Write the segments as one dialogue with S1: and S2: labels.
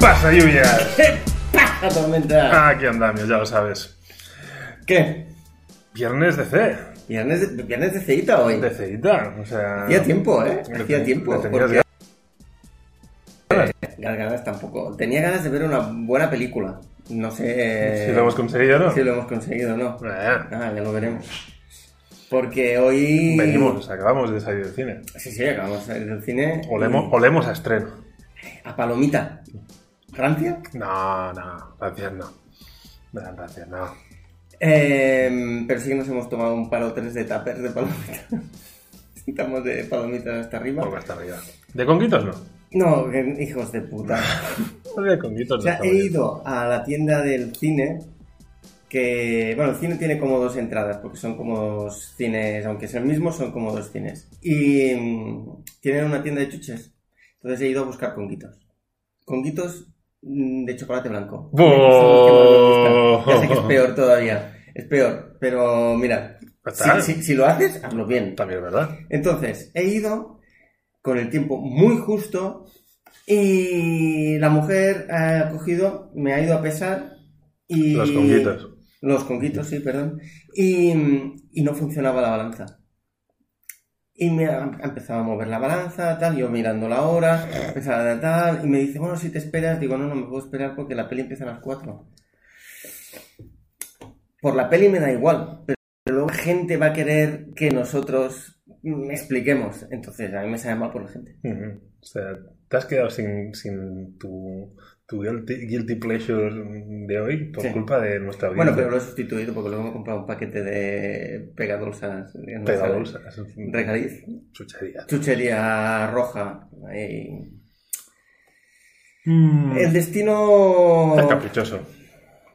S1: pasa, lluvias?
S2: ¿Qué pasa, tormenta?
S1: Aquí andamos, ya lo sabes.
S2: ¿Qué?
S1: Viernes de C.
S2: Viernes de, viernes de ceita hoy.
S1: De Ceita, o sea...
S2: Hacía tiempo, ¿eh?
S1: Le
S2: Hacía
S1: ten-
S2: tiempo.
S1: le tenías
S2: porque- Eh, Gargadas tampoco. Tenía ganas de ver una buena película. No sé
S1: Si lo hemos conseguido, ¿no?
S2: si lo hemos conseguido o no.
S1: Eh,
S2: Ah, ya lo veremos. Porque hoy.
S1: Venimos, acabamos de salir del cine.
S2: Sí, sí, acabamos de salir del cine.
S1: Olemo- olemos a estreno.
S2: A Palomita. ¿Rancia?
S1: No, no, gracias no. No, Gracias, no.
S2: Eh, pero sí que nos hemos tomado un par o tres de tapers de Palomita. Estamos de Palomitas hasta arriba.
S1: Poco hasta arriba. ¿De conguitos no?
S2: No, que- hijos de puta.
S1: De conguitos
S2: O
S1: no.
S2: sea,
S1: está
S2: he
S1: bien.
S2: ido a la tienda del cine, que, bueno, el cine tiene como dos entradas, porque son como dos cines, aunque es el mismo, son como dos cines. Y mm, tienen una tienda de chuches. Entonces he ido a buscar conguitos. Conguitos mm, de chocolate blanco.
S1: ¡Boo!
S2: Son los que más me gustan. Ya sé que es peor todavía. Es peor, pero mira, si,
S1: Fatal.
S2: si- si lo haces, hazlo bien.
S1: También, ¿verdad?
S2: Entonces, he ido con el tiempo muy justo y la mujer eh, ha cogido, me ha ido a pesar y...
S1: Los conguitos.
S2: Los conguitos, sí, perdón. Y, y no funcionaba la balanza. Y me ha ha empezado a mover la balanza, tal, yo mirando la hora, empezaba a tal, y me dice, bueno, si te esperas, digo, no, no me puedo esperar porque la peli empieza a las 4. Por la peli me da igual, pero luego la gente va a querer que nosotros mm, expliquemos. Entonces, a mí me sale mal por la gente.
S1: Ujú. O sea, te has quedado sin, sin tu, tu guilty, guilty pleasure de hoy por
S2: Sí.
S1: culpa de nuestra audiencia.
S2: Bueno, pero lo he sustituido porque luego me he comprado un paquete de pegadolsas. no
S1: Pega
S2: sabe,
S1: bolsa, eso es un-
S2: Regaliz.
S1: Chuchería.
S2: Chuchería roja. ahí. El Mm.
S1: Es
S2: destino,
S1: caprichoso.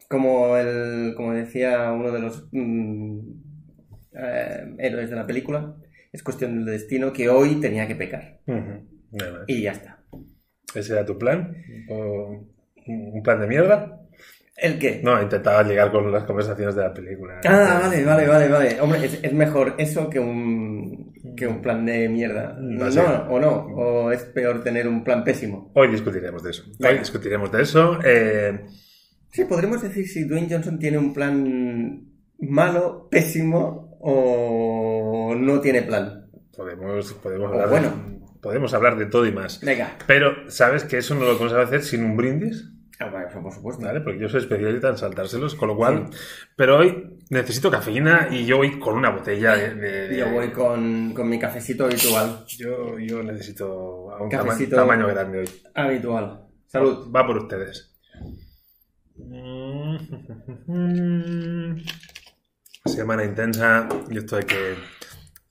S2: como, el, como decía uno de los mm, eh, héroes de la película, es cuestión del destino que hoy tenía que pecar.
S1: Ujú. Nada más.
S2: Y ya está.
S1: ¿Ese era tu plan? ¿O ¿Un plan de mierda?
S2: ¿El qué?
S1: No, intentaba llegar con las conversaciones de la película.
S2: Ah, vale, vale, vale, vale. Hombre, es, es mejor eso que un, que un plan de mierda.
S1: No
S2: No,
S1: sé.
S2: o no. O es peor tener un plan pésimo.
S1: Hoy discutiremos de eso. Hoy
S2: Venga.
S1: discutiremos de eso. Eh,
S2: Sí, podríamos decir si Dwayne Johnson tiene un plan malo, pésimo o no tiene plan.
S1: podemos, podemos,
S2: O
S1: hablar
S2: bueno.
S1: de, podemos hablar de todo y más.
S2: Venga.
S1: Pero, ¿sabes que eso no lo podemos hacer sin un brindis?
S2: Ah, bueno, por supuesto.
S1: ¿Vale? Porque yo soy especialista en saltárselos, con lo cual. Pero hoy necesito cafeína y yo voy con una botella de. de- de-
S2: Yo voy con, con mi cafecito habitual.
S1: Yo, yo necesito a un tama-
S2: Cafecito.
S1: tamaño grande hoy.
S2: Habitual. Salud.
S1: Va por ustedes. Mm. Semana intensa y esto hay que,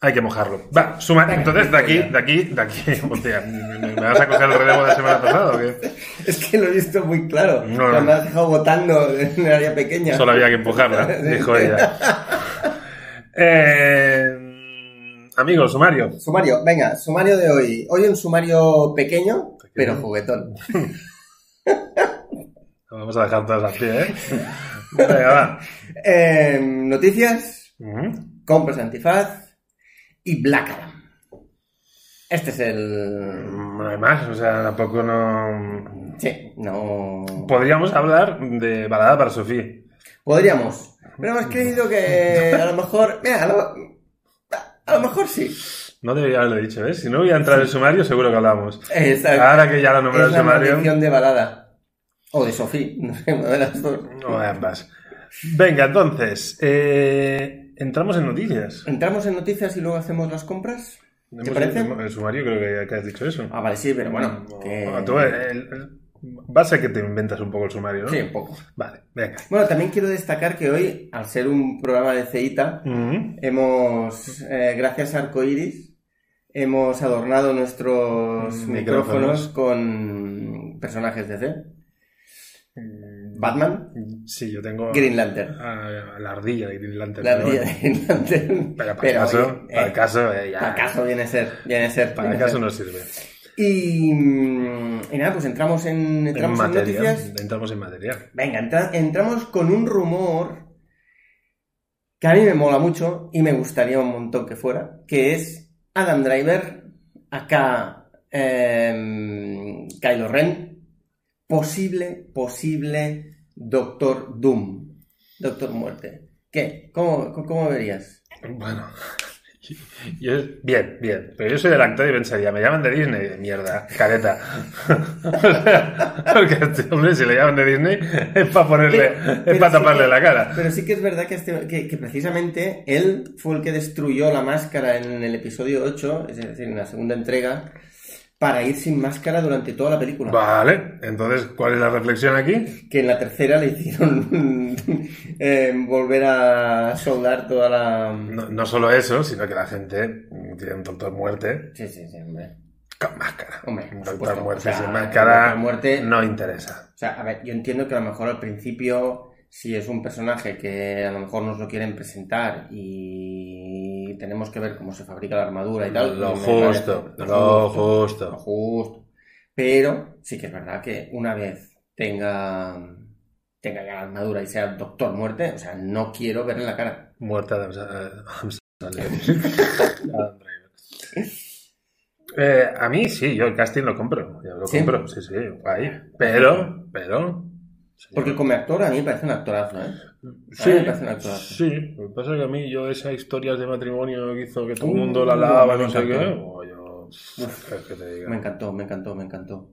S1: hay que mojarlo. Va, suma.
S2: Venga,
S1: Entonces, de aquí,
S2: venga.
S1: de aquí, de aquí. Hostia, ¿me vas a coger el relevo de la semana pasada o qué?
S2: Es que lo he visto muy claro.
S1: No, no.
S2: Cuando has dejado votando en el área pequeña.
S1: Solo había que empujarla, dijo ella. Eh, amigos, sumario.
S2: Sumario, venga, sumario de hoy. Hoy un sumario pequeño,
S1: Pequeño.
S2: pero juguetón.
S1: Lo Vamos a dejar todas así, ¿eh? Venga, va.
S2: Eh, noticias,
S1: Mm,
S2: compras antifaz y Black Adam. Este es el...
S1: No hay más, o sea, tampoco no...
S2: Sí, no...
S1: Podríamos hablar de balada para Sofía.
S2: Podríamos. Pero hemos creído que a lo mejor... Mira, a lo, a lo mejor sí.
S1: No debería haberlo dicho, ¿ves? Si no hubiera entrado el sumario, seguro que hablamos.
S2: Exacto.
S1: Ahora que ya lo nombrado
S2: Es
S1: el
S2: la
S1: sumario,
S2: maldición de balada. O de Sofía, no sé, una de las dos.
S1: no eh. ambas. Venga, entonces, eh, entramos en noticias.
S2: Entramos en noticias y luego hacemos las compras.
S1: Hemos-
S2: parece?
S1: El sumario creo que, que has dicho eso.
S2: Ah, vale, sí, pero bueno. que-
S1: Ah, tú, eh, el- el- va a ser que te inventas un poco el sumario, ¿no?
S2: Sí, un poco.
S1: Vale, venga.
S2: Bueno, también quiero destacar que hoy, al ser un programa de ceita,
S1: Mm,
S2: hemos, eh, gracias a Arcoiris, hemos adornado nuestros
S1: Mm, micrófonos.
S2: micrófonos con personajes de C. Batman,
S1: Mm, Sí, yo tengo
S2: Green Lantern.
S1: a- a la ardilla de Green Lantern.
S2: La
S1: Oh. pero
S2: ardilla
S1: bueno.
S2: de Green Lantern.
S1: Pero para
S2: Pero,
S1: el caso,
S2: oye,
S1: para
S2: eh,
S1: el caso, eh, ya.
S2: Para el caso viene a ser, viene a ser.
S1: Para el
S2: viene a
S1: caso
S2: ser.
S1: no sirve.
S2: Y, mm, y nada, pues entramos en, entramos en,
S1: en materia,
S2: noticias.
S1: entramos en materia.
S2: Venga, entra- entramos con un rumor que a mí me mola mucho y me gustaría un montón que fuera, que es Adam Driver, acá em, Kylo Ren, posible, posible Doctor Doom, Doctor Muerte. ¿Qué? ¿Cómo, cómo verías?
S1: Bueno. Yo, bien, bien. Pero yo soy del actor y pensaría, me llaman de Disney, de mierda, careta. Porque a este hombre, si le llaman de Disney, es para ponerle,
S2: Pero-
S1: es
S2: pero
S1: para
S2: sí
S1: taparle
S2: que-
S1: la cara.
S2: Pero sí que es verdad que, este- que- que precisamente él fue el que destruyó la máscara en el episodio 8, es decir, en la segunda entrega, para ir sin máscara durante toda la película.
S1: Vale, entonces, ¿cuál es la reflexión aquí?
S2: Que en la tercera le hicieron eh, volver a soldar toda la...
S1: No, no solo eso, sino que la gente mm, tiene un doctor muerte
S2: Sí, sí, sí, hombre.
S1: con máscara.
S2: Hombre, por
S1: un doctor
S2: supuesto,
S1: muerte
S2: o sea,
S1: sin
S2: Doctor
S1: máscara
S2: Muerte-
S1: no interesa.
S2: O sea, a ver, yo entiendo que a lo mejor al principio, si es un personaje que a lo mejor nos lo quieren presentar y tenemos que ver cómo se fabrica la armadura y tal.
S1: Lo
S2: me parece-
S1: justo, lo
S2: lo
S1: justo.
S2: justo. Pero sí que es verdad que una vez tenga, tenga ya la armadura y sea Doctor Muerte, o sea, no quiero verle la cara.
S1: Muerte Adam Sa- eh, Adam Sandler. Adam Driver. Eh, a mí sí, yo el casting lo compro. Yo lo
S2: ¿Sí?
S1: compro, sí, sí, guay. Pero, pero. señor-
S2: Porque como actor a mí me parece un actorazo, ¿eh?
S1: sí,
S2: me parece un actorazo.
S1: sí, lo que pasa es que a mí yo esas historias de matrimonio que hizo que todo el
S2: Uh,
S1: mundo la lava,
S2: me
S1: no sé qué.
S2: encantó.
S1: o yo, ¿qué es que te diga?
S2: Me encantó, me encantó, me encantó.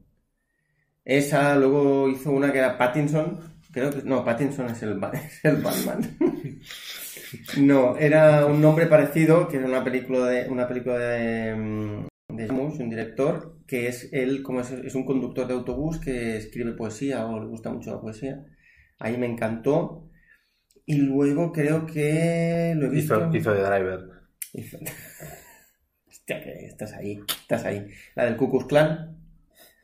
S2: Esa luego hizo una que era Pattinson. Creo que. No, Pattinson es el, Ba- es el Batman. no, era un nombre parecido, que era una película de. Una película de. mm, de Jarmusch, un director, que es él, como es, es un conductor de autobús que escribe poesía o le gusta mucho la poesía. Ahí me encantó. Y luego creo que lo he visto.
S1: hizo, hizo de driver.
S2: Hizo- Hostia, que estás ahí, estás ahí. La del Ku Klux Klan,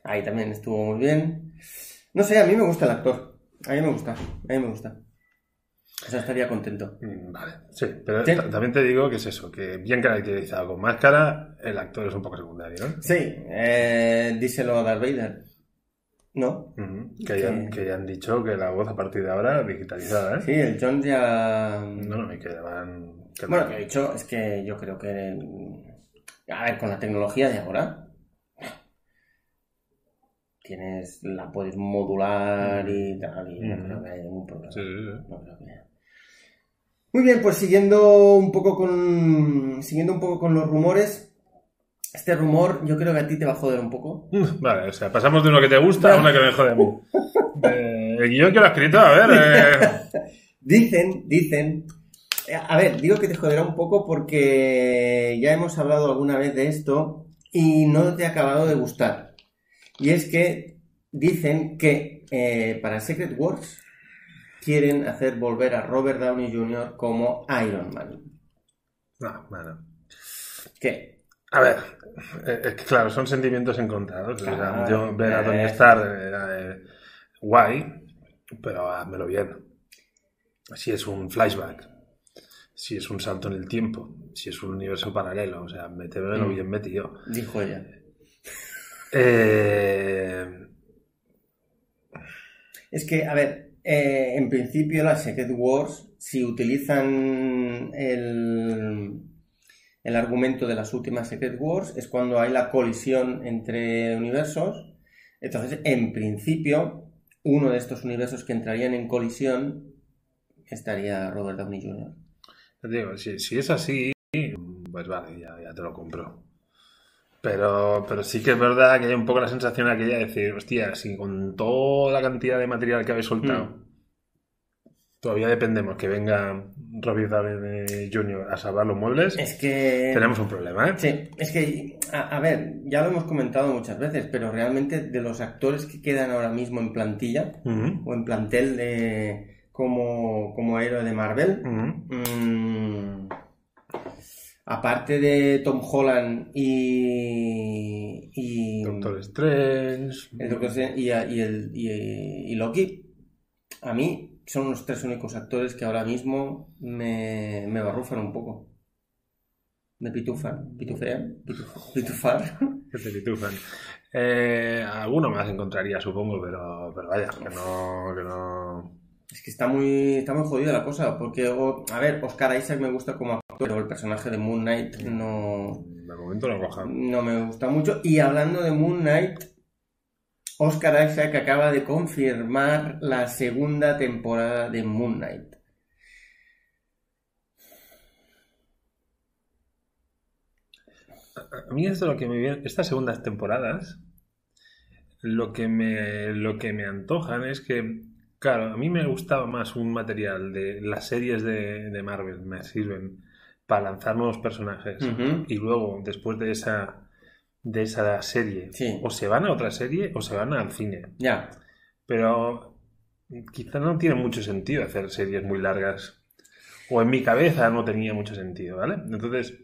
S2: ahí también estuvo muy bien. No sé, a mí me gusta el actor. A mí me gusta, a mí me gusta. O sea, estaría contento.
S1: Mm, Vale, sí, pero
S2: Sí.
S1: ta- también te digo que es eso, que bien caracterizado con máscara, el actor es un poco secundario, ¿no?
S2: Sí, eh, díselo a Darth Vader. ¿No?
S1: Ujú, Que, ya,
S2: Sí.
S1: que ya han dicho que la voz a partir de ahora digitalizada, ¿eh?
S2: Sí, el John ya...
S1: No, no, y que van... que
S2: Bueno,
S1: van-
S2: de hecho, es que yo creo que... mm, A ver, con la tecnología de ahora... Tienes... La puedes modular y tal, y no
S1: Mm.
S2: creo que haya ningún problema.
S1: Sí, sí, sí.
S2: No creo que haya. Muy bien, pues siguiendo un poco con... Siguiendo un poco con los rumores... Este rumor yo creo que a ti te va a joder un poco.
S1: Mm, Vale, o sea, pasamos de uno que te gusta a una que me jode a mí. Eh, el guión que lo ha escrito, a ver... eh,
S2: Dicen, dicen... Eh, A ver, digo que te joderá un poco porque ya hemos hablado alguna vez de esto y no te ha acabado de gustar. Y es que dicen que eh, para Secret Wars quieren hacer volver a Robert Downey Jr. como Iron Man.
S1: No, bueno.
S2: ¿Qué?
S1: A ver, eh, es que claro, son sentimientos encontrados. O sea,
S2: Claro,
S1: yo ver a
S2: eh.
S1: dónde estar, eh, eh, guay, pero ah, házmelo bien. Si es un flashback, si es un salto en el tiempo, si es un universo paralelo, o sea, métemelo
S2: Mm.
S1: bien metido.
S2: Dijo ella.
S1: Eh,
S2: Es que, a ver, eh, en principio las Secret Wars, si utilizan el, el argumento de las últimas Secret Wars, es cuando hay la colisión entre universos. Entonces, en principio, uno de estos universos que entrarían en colisión estaría Robert Downey Jr.
S1: te digo, si, si es así, pues vale, ya, ya te lo compro. Pero, pero sí que es verdad que hay un poco la sensación aquella de decir, hostia, si con toda la cantidad de material que habéis soltado,
S2: Hmm.
S1: todavía dependemos que venga Robbie Downey Jr. a salvar los muebles,
S2: Es que...
S1: tenemos un problema, ¿eh?
S2: Sí, es que, a, a ver, ya lo hemos comentado muchas veces, pero realmente de los actores que quedan ahora mismo en plantilla,
S1: Ujú,
S2: o en plantel de como, como héroe de Marvel.
S1: ujú.
S2: Mm, aparte de Tom Holland y. y
S1: Doctor Strange.
S2: el Doctor Strange y, a- y el- y- y Loki, a mí son los tres únicos actores que ahora mismo me, me barrufan un poco. Me pitufan, pitufean, pituf- pitufar.
S1: Que te pitufan. Eh, alguno más encontraría, supongo, pero, pero vaya, que no, que no.
S2: Es que está muy, está muy jodida la cosa, porque, o- a ver, Oscar Isaac me gusta como actor, pero el personaje de Moon Knight no,
S1: De momento no cojan.
S2: no me gusta mucho. Y hablando de Moon Knight, Oscar Isaac acaba de confirmar la segunda temporada de Moon Knight.
S1: A mí es de lo que me viene. Estas segundas temporadas, lo que me, lo que me antojan es que, claro, a mí me gustaba más un material de las series de, de Marvel, me sirven para lanzar nuevos personajes.
S2: Ujú.
S1: Y luego, después de esa, de esa serie,
S2: Sí.
S1: o se van a otra serie o se van al cine.
S2: Ya,
S1: Pero quizá no tiene mucho sentido hacer series muy largas. O en mi cabeza no tenía mucho sentido, ¿vale? Entonces,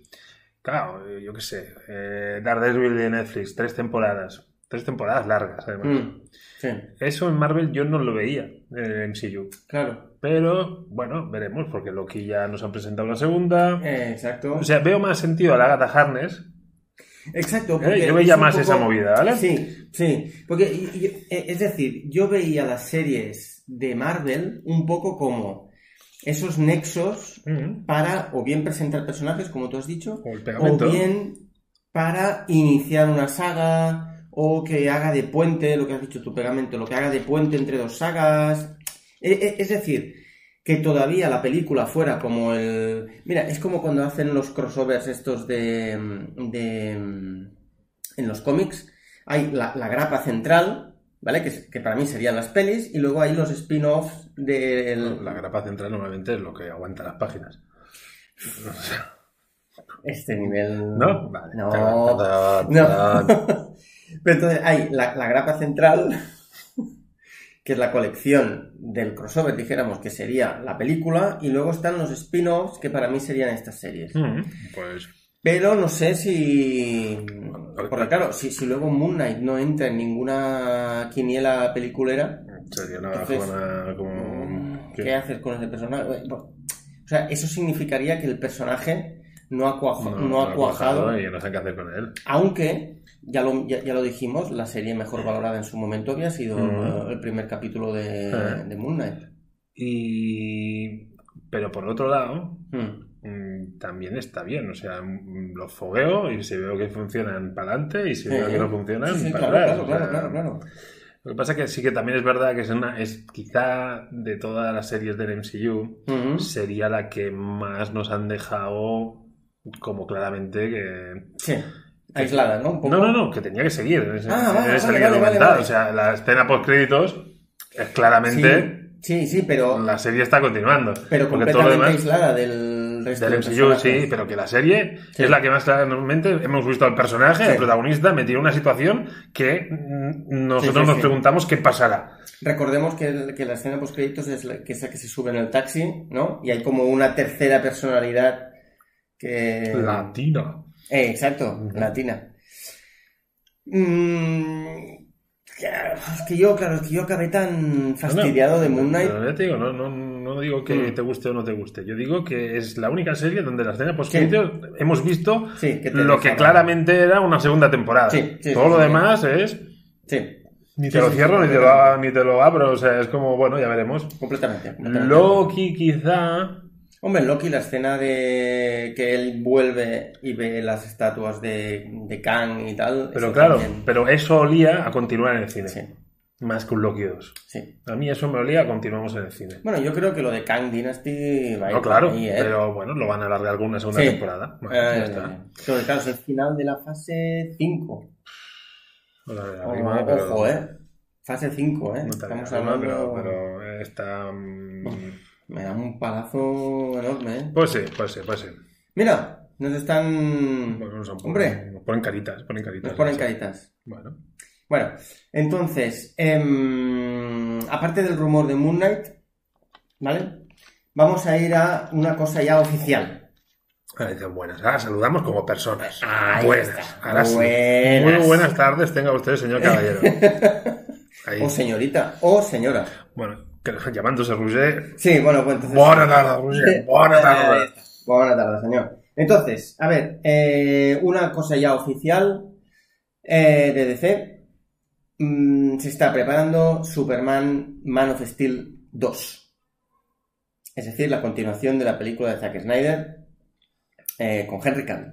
S1: claro, yo qué sé. Eh, Daredevil de Netflix, tres temporadas. Tres temporadas largas, además.
S2: Mm, sí,
S1: Eso en Marvel yo no lo veía en el MCU.
S2: claro.
S1: Pero, bueno, veremos, porque Loki ya nos han presentado la segunda.
S2: Eh, exacto.
S1: O sea, veo más sentido a la Agatha Harness.
S2: Exacto. porque
S1: yo veía
S2: es un
S1: más esa movida, ¿vale?
S2: Sí, sí. Porque, y- y- eh, es decir, yo veía las series de Marvel un poco como esos nexos
S1: Mm.
S2: para o bien presentar personajes, como tú has dicho,
S1: O el
S2: o
S1: pegamento.
S2: bien para iniciar una saga o que haga de puente, lo que has dicho tu pegamento, lo que haga de puente entre dos sagas. E- e- Es decir, que todavía la película fuera como el... Mira, es como cuando hacen los crossovers estos de... de en los cómics. Hay la, la grapa central, ¿vale? Que, es- que para mí serían las pelis, y luego hay los spin-offs del...
S1: La grapa central normalmente es lo que aguanta las páginas.
S2: Este nivel...
S1: ¿No? Vale.
S2: No.
S1: Ta- ta- ta- ta-
S2: No. Pero entonces hay la, la grapa central, que es la colección del crossover, dijéramos que sería la película, y luego están los spin-offs, que para mí serían estas series.
S1: Mm, Pues
S2: Pero no sé si... Porque claro, si, si luego Moon Knight no entra en ninguna quiniela peliculera,
S1: sería una
S2: Entonces, mm,
S1: bajona como...
S2: ¿qué haces con ese personaje? O sea, eso significaría que el personaje no ha, cuaja-
S1: No,
S2: no ha cuajado
S1: y no sé qué hacer con él.
S2: Aunque, ya lo, ya, ya lo dijimos, la serie mejor valorada en su momento había sido
S1: Ujú.
S2: eh, el primer capítulo de,
S1: Sí.
S2: de Moon Knight.
S1: Y... Pero por otro lado,
S2: Mm.
S1: mm, también está bien. O sea, mm, los fogueo y si veo que funcionan para adelante y si
S2: Sí.
S1: veo que no funcionan,
S2: Sí, sí,
S1: para
S2: claro,
S1: atrás.
S2: claro,
S1: O sea,
S2: claro, claro, claro.
S1: Lo que pasa que sí que también es verdad que es, una, es quizá de todas las series del MCU
S2: Ujú.
S1: sería la que más nos han dejado como claramente que
S2: Sí. Aislada, ¿no? Un poco.
S1: No, no, no, que tenía que seguir en ese,
S2: Ah, vale,
S1: en esa
S2: vale,
S1: línea
S2: vale, vale,
S1: argumental.
S2: vale.
S1: O sea, la escena post créditos es claramente
S2: Sí, sí, sí, pero,
S1: la serie está continuando.
S2: pero
S1: Porque todo lo
S2: completamente
S1: demás
S2: aislada del resto
S1: del
S2: de
S1: MCU, sí,
S2: personajes.
S1: pero que la serie
S2: Sí.
S1: es la que más claramente hemos visto al personaje, al
S2: Sí.
S1: protagonista, metido en una situación que mm, nosotros
S2: Sí, sí,
S1: nos
S2: sí.
S1: preguntamos qué pasará.
S2: Recordemos que, el- que la escena post créditos es la que, es la que se sube en el taxi, ¿no? Y hay como una tercera personalidad que...
S1: Latina.
S2: Eh, exacto,
S1: Ujú.
S2: latina. Mm, claro, es que yo, claro, es que yo acabé tan fastidiado de Moon Knight.
S1: Pero ya te digo, no, no, no digo que
S2: Mm.
S1: te guste o no te guste. Yo digo que es la única serie donde la escena post créditos hemos visto
S2: Sí, que te
S1: lo que
S2: dejaba.
S1: claramente era una segunda temporada.
S2: Sí, sí,
S1: Todo
S2: sí,
S1: lo
S2: sí.
S1: demás es.
S2: Sí,
S1: Ni
S2: Sí,
S1: te lo
S2: sí,
S1: cierro,
S2: sí,
S1: ni, te lo, ni te lo abro. O sea, es como, bueno, ya veremos.
S2: completamente. completamente.
S1: Loki, quizá.
S2: Hombre, Loki, la escena de que él vuelve y ve las estatuas de, de Kang y tal.
S1: Pero
S2: eso
S1: claro,
S2: también.
S1: pero eso olía a continuar en el cine.
S2: Sí,
S1: Más que un Loki 2.
S2: sí.
S1: A mí eso me olía a continuamos en el cine.
S2: Bueno, yo creo que lo de Kang Dynasty va a ir
S1: No, claro,
S2: por ahí, ¿eh?
S1: pero bueno, lo van a alargar con una segunda
S2: Sí.
S1: temporada. Bueno,
S2: Eh,
S1: ya está.
S2: pero claro, es el final de la fase 5.
S1: No la veré
S2: O-
S1: arriba, pero-
S2: Ojo, ¿eh? Fase 5, ¿eh?
S1: no te la veré arriba,
S2: Estamos hablando...
S1: pero- Pero, está. mm,
S2: Me dan un palazo enorme, ¿eh?
S1: Pues sí, pues sí, pues sí.
S2: Mira, nos están...
S1: Bueno, nos han-
S2: Hombre.
S1: Nos ponen caritas, ponen caritas.
S2: Nos ponen
S1: Sí.
S2: caritas.
S1: Bueno.
S2: Bueno, entonces, em, aparte del rumor de Moon Knight, ¿vale? Vamos a ir a una cosa ya oficial.
S1: Ah, dicen buenas. Ahora saludamos como personas.
S2: Ahí
S1: Ah, buenas.
S2: está.
S1: Ahora sí.
S2: Buenas.
S1: Muy buenas tardes tenga usted, señor caballero. Ahí.
S2: O señorita, o señora.
S1: Bueno, que- llamándose Roger.
S2: Sí, bueno, pues entonces...
S1: Buenas tardes, Roger. Buenas
S2: Ahí
S1: tardes.
S2: está. Buenas tardes, señor. Entonces, a ver, eh, una cosa ya oficial eh, de DC. Mm, se está preparando Superman Man of Steel 2. Es decir, la continuación de la película de Zack Snyder eh, con Henry Cavill.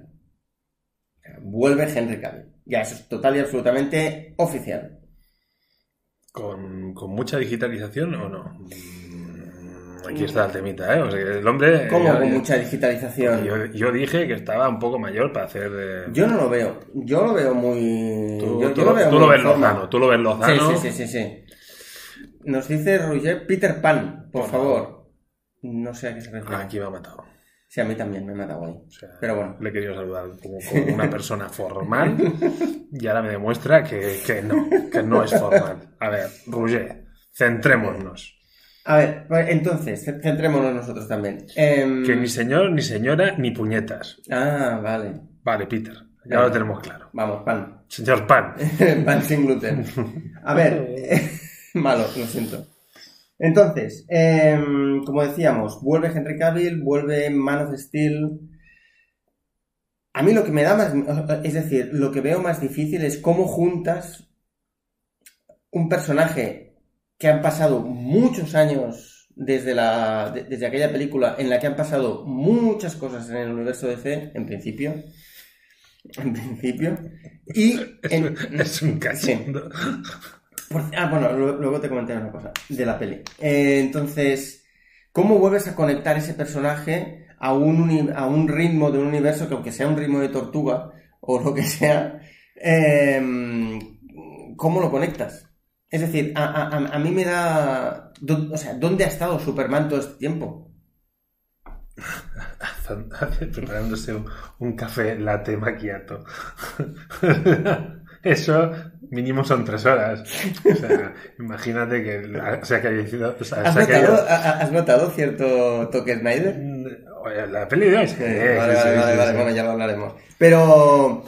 S2: Vuelve Henry Cavill. Ya, eso es total y absolutamente oficial.
S1: ¿Con, con mucha digitalización o no? Mm, Aquí está el temita, ¿eh? O sea, que el hombre... eh,
S2: ¿Cómo
S1: yo-
S2: con
S1: yo-
S2: mucha digitalización?
S1: Yo, yo dije que estaba un poco mayor para hacer... eh,
S2: Yo no lo veo. Yo lo veo muy.
S1: tú,
S2: yo, yo
S1: tú lo- tú
S2: muy
S1: lo
S2: en
S1: ves
S2: forma.
S1: lozano, tú lo ves
S2: Sí,
S1: lozano.
S2: sí, sí, sí, sí. Nos dice Roger Peter Pan, por
S1: Por
S2: favor. No sé a qué se refiere.
S1: Aquí me ha matado.
S2: Sí, a mí también me mata guay.
S1: O sea,
S2: Pero bueno.
S1: Le he querido saludar como, como una persona formal y ahora me demuestra que, que no, que no es formal. A ver, Roger, centrémonos.
S2: A ver, pues, entonces, ce- centrémonos nosotros también. Em,
S1: Que ni señor, ni señora, ni puñetas.
S2: Ah, vale.
S1: Vale, Peter, ya lo tenemos claro.
S2: Vamos, pan.
S1: Señor Pan,
S2: pan sin gluten. A ver, malo, lo siento. Entonces, em, como decíamos, vuelve Henry Cavill, vuelve Man of Steel. A mí lo que me da más, es decir, lo que veo más difícil es cómo juntas un personaje que han pasado muchos años desde, la, de- desde aquella película en la que han pasado muchas cosas en el universo DC, en principio. En principio. Y en-
S1: es un cachondo.
S2: por- ah, bueno, lu- luego te comentaré una cosa de la peli. Eh, entonces, ¿cómo vuelves a conectar ese personaje a un, uni- a un ritmo de un universo que, aunque sea un ritmo de tortuga o lo que sea, em, ¿cómo lo conectas? Es decir, a, a- a- a mí me da. do- O sea, ¿dónde ha estado Superman todo este tiempo?
S1: Preparándose un, un café latte macchiato. Eso mínimo son tres horas. O sea, imagínate que la- se ha caído. o sea,
S2: ¿Has
S1: se ha caído-
S2: notado, a- a- ¿Has notado cierto toque Snyder?
S1: Mm, oye, La peli de hoy. sí,
S2: Eh, vale,
S1: sí, sí,
S2: vale, vale,
S1: sí,
S2: vale,
S1: sí.
S2: bueno, ya lo hablaremos. Pero.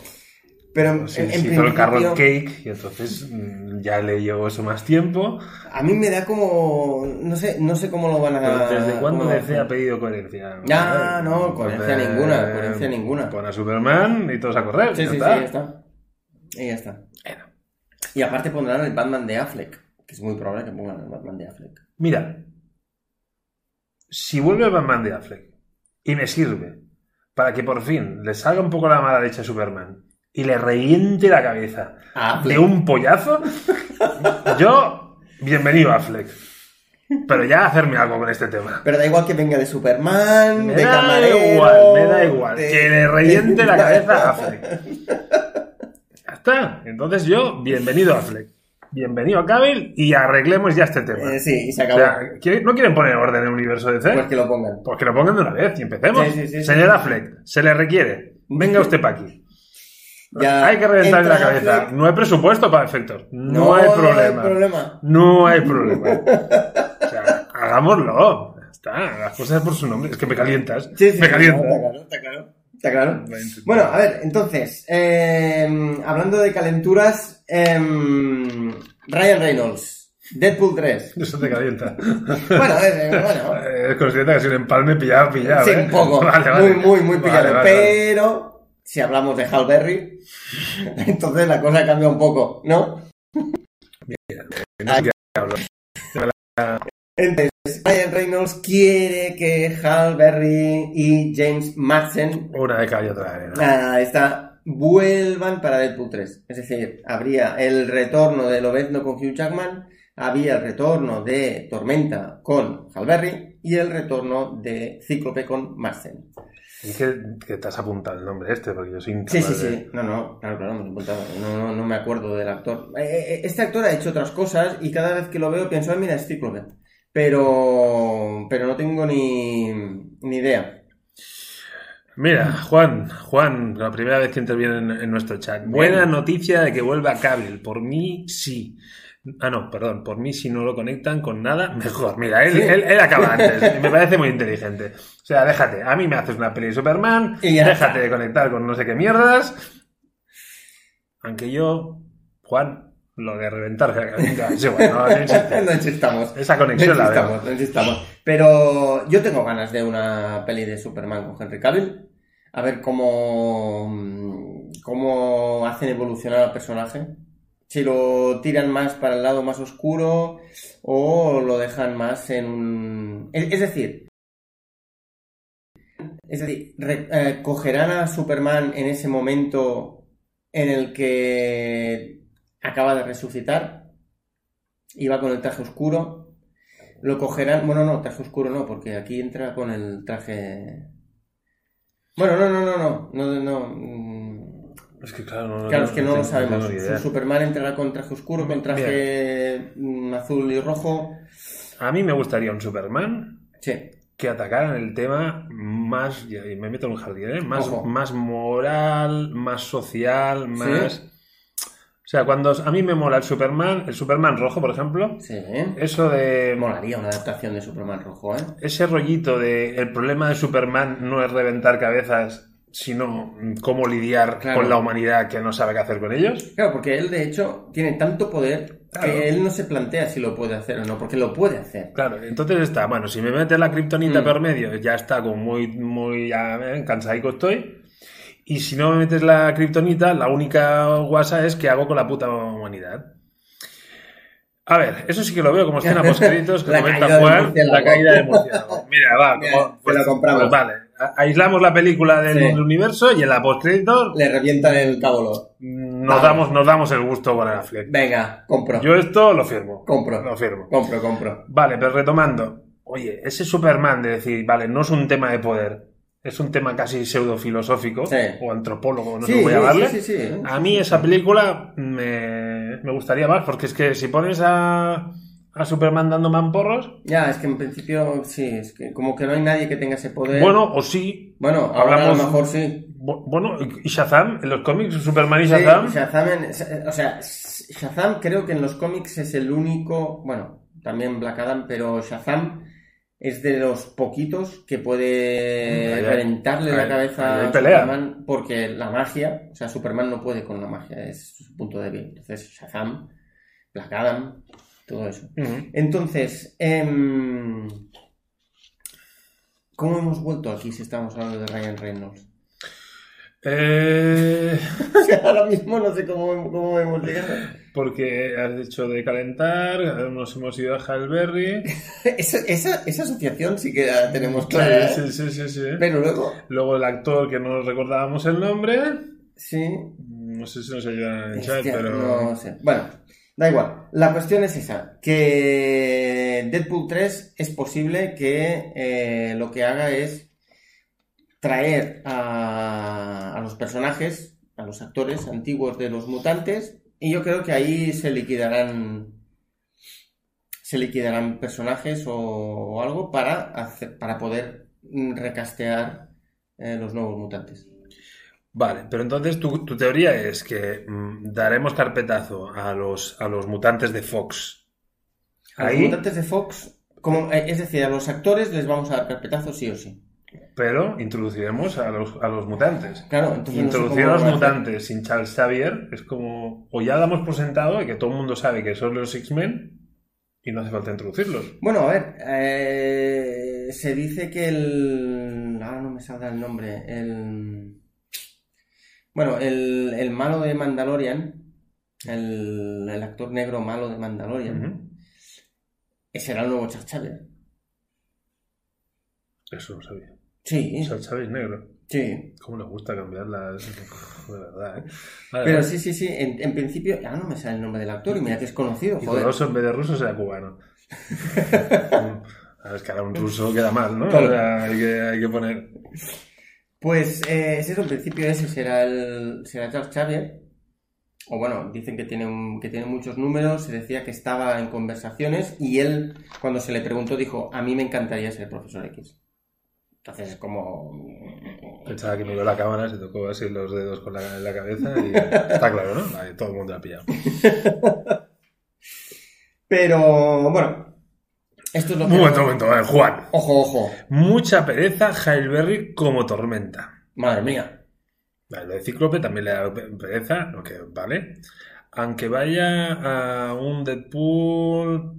S2: Pero
S1: Sí,
S2: en,
S1: se
S2: en
S1: hizo el
S2: principio-
S1: carrot cake y entonces mm, ya le llevó eso más tiempo.
S2: A mí me da como. No sé, no sé cómo lo van a.
S1: Pero ¿Desde cuándo
S2: Ah, cómo lo
S1: DC ha
S2: hacen.
S1: pedido coherencia?
S2: Ya,
S1: Eh,
S2: no, coherencia
S1: eh,
S2: ninguna, coherencia ninguna.
S1: Pon a Superman y todos a correr.
S2: Sí,
S1: ya
S2: sí, sí,
S1: está.
S2: ya está. Y ya está. Y aparte pondrán el Batman de Affleck. Que es muy probable que pongan el Batman de Affleck.
S1: Mira, si vuelve Batman de Affleck y me sirve para que por fin le salga un poco la mala leche a Superman y le reviente la cabeza
S2: A
S1: de
S2: Affleck.
S1: un pollazo, yo, bienvenido Affleck. Pero ya hacerme algo con este tema.
S2: Pero da igual que venga de Superman,
S1: Me
S2: de
S1: da
S2: camarero,
S1: igual, me da igual.
S2: de-
S1: Que le reviente
S2: de-
S1: la cabeza a Affleck. Ya está. Entonces yo, bienvenido Affleck. Bienvenido a Cavill y arreglemos ya este tema.
S2: Eh, sí, y se
S1: O
S2: acabó.
S1: sea, ¿quiere- ¿No quieren poner orden en el universo de
S2: Pues
S1: C?
S2: que lo pongan.
S1: Pues que lo pongan de una vez y empecemos.
S2: Sí, sí, sí, sí.
S1: Señor Affleck, se le requiere. Venga usted para aquí.
S2: Ya
S1: hay que reventarle
S2: entra
S1: la cabeza.
S2: Affleck.
S1: No hay presupuesto para efectos. No, hay
S2: No
S1: problema.
S2: hay problema.
S1: No hay problema. O sea, hagámoslo. Ya Está, las cosas por su nombre. Es que me calientas.
S2: Sí, sí,
S1: me
S2: sí, Está
S1: calientas.
S2: claro, está claro. Está claro. Bueno, a ver, entonces, eh, hablando de calenturas, eh, Ryan Reynolds, Deadpool 3.
S1: Eso te calienta.
S2: Bueno, eh, bueno,
S1: Es consciente que ha sido un empalme pillado, pillado.
S2: sí,
S1: ¿eh?
S2: un poco,
S1: Vale, vale.
S2: muy, muy, muy
S1: Vale, vale,
S2: pillado,
S1: vale.
S2: pero si hablamos de Hal Berry, entonces la cosa cambia un poco, ¿no?
S1: No sé qué hablo.
S2: Entonces, Ryan Reynolds quiere que Hal Berry y James Madsen
S1: Una de cada y otra. de arena.
S2: Ah, está. Vuelvan para Deadpool 3. Es decir, habría el retorno de Lobezno con Hugh Jackman, había el retorno de Tormenta con Halberry y el retorno de Cíclope con Marsden.
S1: Es que, que te has apuntado el nombre este, porque yo soy
S2: Sí,
S1: incapaz
S2: sí,
S1: de-
S2: sí. No, no, claro, claro, me lo he apuntado. No, no, no me acuerdo del actor. Eh, eh, Este actor ha hecho otras cosas y cada vez que lo veo pienso, "Ah, mira, es Cíclope. Pero, pero no tengo ni, ni idea.
S1: Mira, Juan, Juan, la primera vez que interviene en, en nuestro chat. Buena noticia de que vuelva a Cable. Por mí sí. Ah, no, perdón. Por mí si no lo conectan con nada, mejor. Mira, él,
S2: Sí.
S1: él- él acaba antes. Me parece muy inteligente. O sea, déjate. A mí me haces una peli de Superman.
S2: Y ya
S1: déjate de conectar con no sé qué mierdas. Aunque yo, Juan, lo de reventar. es igual, no, no insiste.
S2: No insistamos.
S1: Esa
S2: No
S1: conexión la veo.
S2: insistamos, no insistamos. Pero yo tengo ganas de una peli de Superman con Henry Cavill. A ver cómo, mm, cómo hacen evolucionar al personaje. Si lo tiran más para el lado más oscuro o lo dejan más en un... Es es decir... Es decir, re- eh, cogerán a Superman en ese momento en el que acaba de resucitar Iba con el traje oscuro. Lo cogerán. Bueno, no, traje oscuro no, porque aquí entra con el traje. Bueno, no, no, no, no. No, no. mm,
S1: Es que claro, no,
S2: Claro, es que no lo
S1: tengo-
S2: sabemos.
S1: tengo ni idea.
S2: Superman entrará con traje oscuro, con traje mm, azul y rojo.
S1: A mí me gustaría un Superman
S2: Sí.
S1: que atacaran el tema más, y ahí me meto en un jardín, ¿eh? más,
S2: Ojo.
S1: más moral, más social, más... O sea, cuando a mí me mola el Superman, el Superman rojo, por ejemplo,
S2: Sí, ¿eh?
S1: eso de...
S2: Molaría una adaptación de Superman rojo, ¿eh?
S1: Ese rollito de el problema de Superman no es reventar cabezas, sino mm, cómo lidiar
S2: Claro.
S1: con la humanidad que no sabe qué hacer con ellos.
S2: Claro, porque él de hecho tiene tanto poder
S1: Claro.
S2: que él no se plantea si lo puede hacer o no, porque lo puede hacer.
S1: Claro, entonces está, bueno, si me metes la kriptonita
S2: Mm.
S1: por medio, ya está, como muy, muy ya, eh, cansadico estoy. Y si no me metes la kriptonita, la única guasa es que hago con la puta humanidad. A ver, eso sí que lo veo como escena post créditos que
S2: La
S1: comenta
S2: caída del
S1: Juan,
S2: murciélago.
S1: la caída de murciélago. Mira, va,
S2: Bien,
S1: como-
S2: te lo compramos.
S1: pues vale, a- aislamos la película del
S2: Sí.
S1: universo y en la post créditos
S2: Le revientan el cabolo.
S1: nos
S2: Vale.
S1: damos, nos damos el gusto con Affleck.
S2: Venga, compro.
S1: Yo esto lo firmo.
S2: Compro.
S1: Lo firmo.
S2: Compro, compro.
S1: Vale, pero retomando. Oye, ese Superman de decir, vale, no es un tema de poder, es un tema casi pseudofilosófico
S2: Sí.
S1: o antropólogo, no
S2: Sí,
S1: sé cómo
S2: sí,
S1: llamarle.
S2: sí, ¿eh? sí, sí.
S1: A mí esa película me, me gustaría más, porque es que si pones a, a Superman dando mamporros,
S2: Ya, es que en principio sí, es que como que no hay nadie que tenga ese poder.
S1: bueno, o sí,
S2: Bueno, ahora a
S1: hablamos-
S2: lo mejor sí.
S1: bu- bueno, y Shazam, en los cómics, Superman y
S2: Sí,
S1: Shazam,
S2: Shazam en- o sea, Shazam creo que en los cómics es el único, bueno, también Black Adam, pero Shazam es de los poquitos que
S1: Ahí
S2: puede
S1: hay-
S2: reventarle la
S1: ahí-
S2: cabeza
S1: ahí
S2: a
S1: hay pelea.
S2: Superman porque la magia, o sea, Superman no puede con la magia, es su punto débil. Entonces, Shazam, Black Adam, todo eso.
S1: Ujú.
S2: Entonces, em, ¿cómo hemos vuelto aquí si estamos hablando de Ryan Reynolds?
S1: Eh,
S2: O sea, ahora mismo no sé cómo, cómo hemos llegado.
S1: porque has dicho de calentar, nos hemos ido a Halberry.
S2: Esa, esa, esa asociación sí que la tenemos clara. ¿eh?
S1: Sí, sí, sí, sí.
S2: Pero luego.
S1: Luego el actor que no recordábamos el nombre. mm,
S2: Sí.
S1: No sé si nos ayudan en el chat,
S2: Hostia,
S1: pero.
S2: Este, No sé. Bueno, da igual. La cuestión es esa: que Deadpool 3 es posible que eh, lo que haga es traer a, a los personajes, a los actores antiguos de los mutantes, y yo creo que ahí se liquidarán. Se liquidarán personajes o, o algo para, hacer- para poder mm, recastear eh, los nuevos mutantes.
S1: Vale, pero entonces tu, tu teoría es que mm, daremos carpetazo a los, a los mutantes de Fox.
S2: A los
S1: Ahí,
S2: mutantes de Fox, como, eh, es decir, a los actores les vamos a dar carpetazo sí o sí.
S1: pero introduciremos a los, a los mutantes.
S2: Claro, entonces. no sé
S1: Introducir a
S2: cómo
S1: los
S2: van hacer.
S1: mutantes sin Charles Xavier es como. O ya damos por sentado de que todo el mundo sabe que son los X-Men y no hace falta introducirlos.
S2: Bueno, a ver, eh, se dice que el. Ahora no me saldrá el nombre. El. Bueno, el, el malo de Mandalorian, el, el actor negro malo de Mandalorian,
S1: Ujú.
S2: ese era el nuevo Charles Xavier.
S1: Eso lo sabía.
S2: Sí,
S1: Charles Xavier es negro.
S2: sí.
S1: ¿Cómo le gusta cambiar las. De verdad, ¿eh? Vale,
S2: Pero
S1: vale.
S2: sí, sí, sí, en, en principio. Ah, no me sale el nombre del actor y mira que es conocido,
S1: Y
S2: joder.
S1: ruso en vez de ruso será cubano. A ver, es que ahora un ruso queda mal, ¿no?
S2: Claro.
S1: O sea, hay, que, hay que poner.
S2: Pues eh, ese es un principio, ese será el será Charles Xavier. O bueno, dicen que tiene, un- que tiene muchos números, se decía que estaba en conversaciones y él, cuando se le preguntó, dijo, a mí me encantaría ser profesor X. Entonces es como...
S1: Pensaba que miró la cámara, se tocó así los dedos con la, la cabeza y está claro, ¿no? Vale, todo el mundo la ha pillado.
S2: Pero bueno, esto es lo que...
S1: Un momento, un momento, a ver, Juan.
S2: Ojo, ojo.
S1: Mucha pereza, Hailberry como tormenta.
S2: Madre mía.
S1: Vale, lo de Cíclope también le da pe- pereza, ok, vale. Aunque vaya a un Deadpool.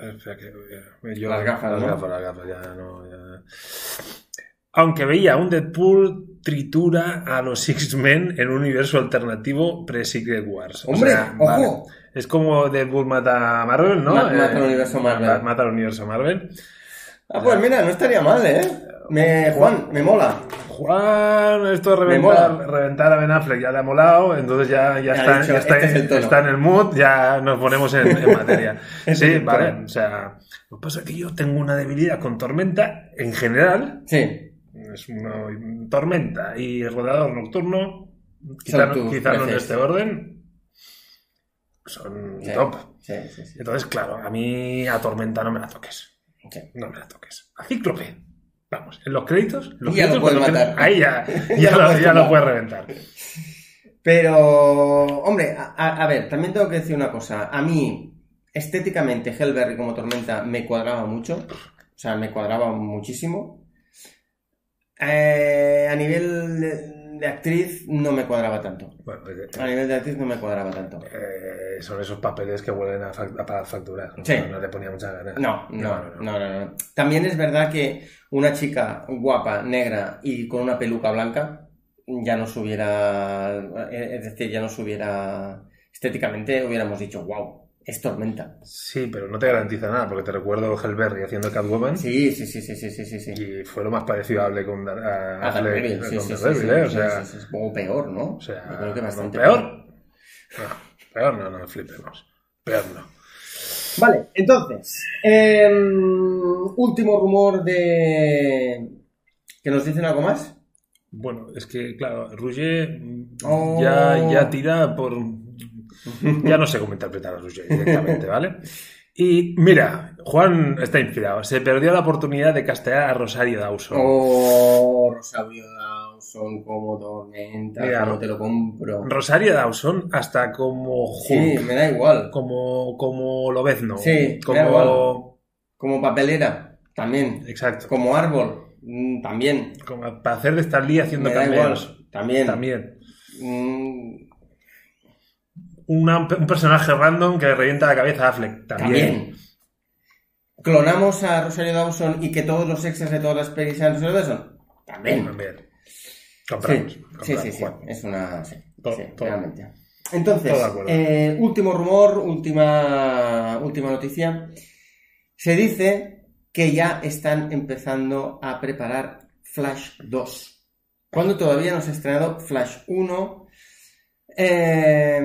S1: A ver, Espera, que. eh, yo-
S2: Las gafas,
S1: Las
S2: ¿no?
S1: gafas, las gafas, ya no. ya. Aunque veía a un Deadpool tritura a los X-Men en un universo alternativo pre-Secret Wars. O
S2: Hombre,
S1: sea,
S2: ojo.
S1: vale. Es como Deadpool mata a Marvel, ¿no? Eh,
S2: Ma- mata al universo Marvel.
S1: ma- Mata al universo Marvel.
S2: Ah, pues mira, no estaría mal, ¿eh? Me, Juan, me mola.
S1: Juan, esto de reventar,
S2: mola.
S1: reventar a Ben Affleck ya le ha molado, entonces ya, ya,
S2: Ya
S1: está,
S2: ha dicho,
S1: ya está,
S2: este es el tono.
S1: está en el mood, ya nos ponemos en, en materia.
S2: Este es
S1: sí,
S2: el
S1: vale,
S2: tono.
S1: o sea, lo que pasa es que yo tengo una debilidad con Tormenta en general,
S2: Sí,
S1: es una Tormenta y Rodador Nocturno, quizá,
S2: Son
S1: no-
S2: tus
S1: quizá no en
S2: veces.
S1: este orden, son
S2: Sí.
S1: top.
S2: sí, sí. sí.
S1: Entonces, claro, a mí a Tormenta no me la toques.
S2: Sí.
S1: No me la toques. A Cíclope. Vamos, en los créditos. Los
S2: Ya
S1: créditos,
S2: lo puedes
S1: cuando
S2: matar.
S1: quede- Ahí ya, ya,
S2: Ya lo
S1: lo,
S2: puedes
S1: ya lo
S2: tumbar.
S1: puedes reventar.
S2: Pero, hombre, a, a- a ver, también tengo que decir una cosa. A mí, estéticamente, Hellberry como tormenta me cuadraba mucho. O sea, me cuadraba muchísimo. Eh, a nivel de, de actriz, no me cuadraba tanto.
S1: Bueno, pues,
S2: A
S1: eh,
S2: nivel de actriz, no me cuadraba tanto.
S1: eh, son esos papeles que vuelven a, fac- a pa- facturar. ¿no?
S2: Sí.
S1: No, le ponía mucha ganas.
S2: No, no, no, no, no, no. También es verdad que una chica guapa, negra y con una peluca blanca ya nos hubiera, eh, es decir, ya nos hubiera, estéticamente hubiéramos dicho, wow, es tormenta.
S1: Sí, pero no te garantiza nada, porque te recuerdo Hellberry haciendo Catwoman.
S2: Sí, sí, sí, sí, sí, sí, sí. sí.
S1: Y fue lo más parecido a Hable con Dar- a,
S2: Ah,
S1: Affleck
S2: Daredevil, sí,
S1: con
S2: sí, sí,
S1: Daredevil,
S2: sí,
S1: ¿eh? O
S2: sí,
S1: sea,
S2: sí, sí, sí. O peor, ¿no?
S1: O sea,
S2: Yo creo que bastante
S1: no, peor. No, peor no, no flipemos. Peor no.
S2: Vale, entonces, em, último rumor de... ¿Que nos dicen algo más?
S1: Bueno, es que, claro, Rouget mm,
S2: Oh.
S1: ya, ya tira por... Ya no sé cómo interpretar a Rouget directamente, ¿vale? Y mira, Juan está inspirado. Se perdió la oportunidad de castear a Rosario Dawson.
S2: Oh, Rosario Dawson como tormenta,
S1: Mira,
S2: como te lo compro.
S1: Rosario Dawson hasta como
S2: Sí,
S1: Hulk,
S2: me da igual.
S1: como, como Lobezno,
S2: Sí, me da
S1: como...
S2: Como papelera, también.
S1: Exacto.
S2: Como árbol, mm, también.
S1: Como para hacer de Stan Lee haciendo
S2: me da
S1: cameos.
S2: igual, también.
S1: También.
S2: Mm,
S1: Una- un personaje random que le revienta la cabeza a Affleck. También.
S2: también. ¿Clonamos a Rosario Dawson y que todos los extras de todas las pelis sean Rosario Dawson? También.
S1: También. Compramos.
S2: sí, sí,
S1: compramos,
S2: sí, sí.
S1: Juan.
S2: Es una... Sí,
S1: To-
S2: sí,
S1: to-
S2: realmente. Entonces,
S1: todo de acuerdo.
S2: eh, último rumor, última, última noticia. Se dice que ya están empezando a preparar Flash 2. Cuando todavía no se ha estrenado Flash 1. eh,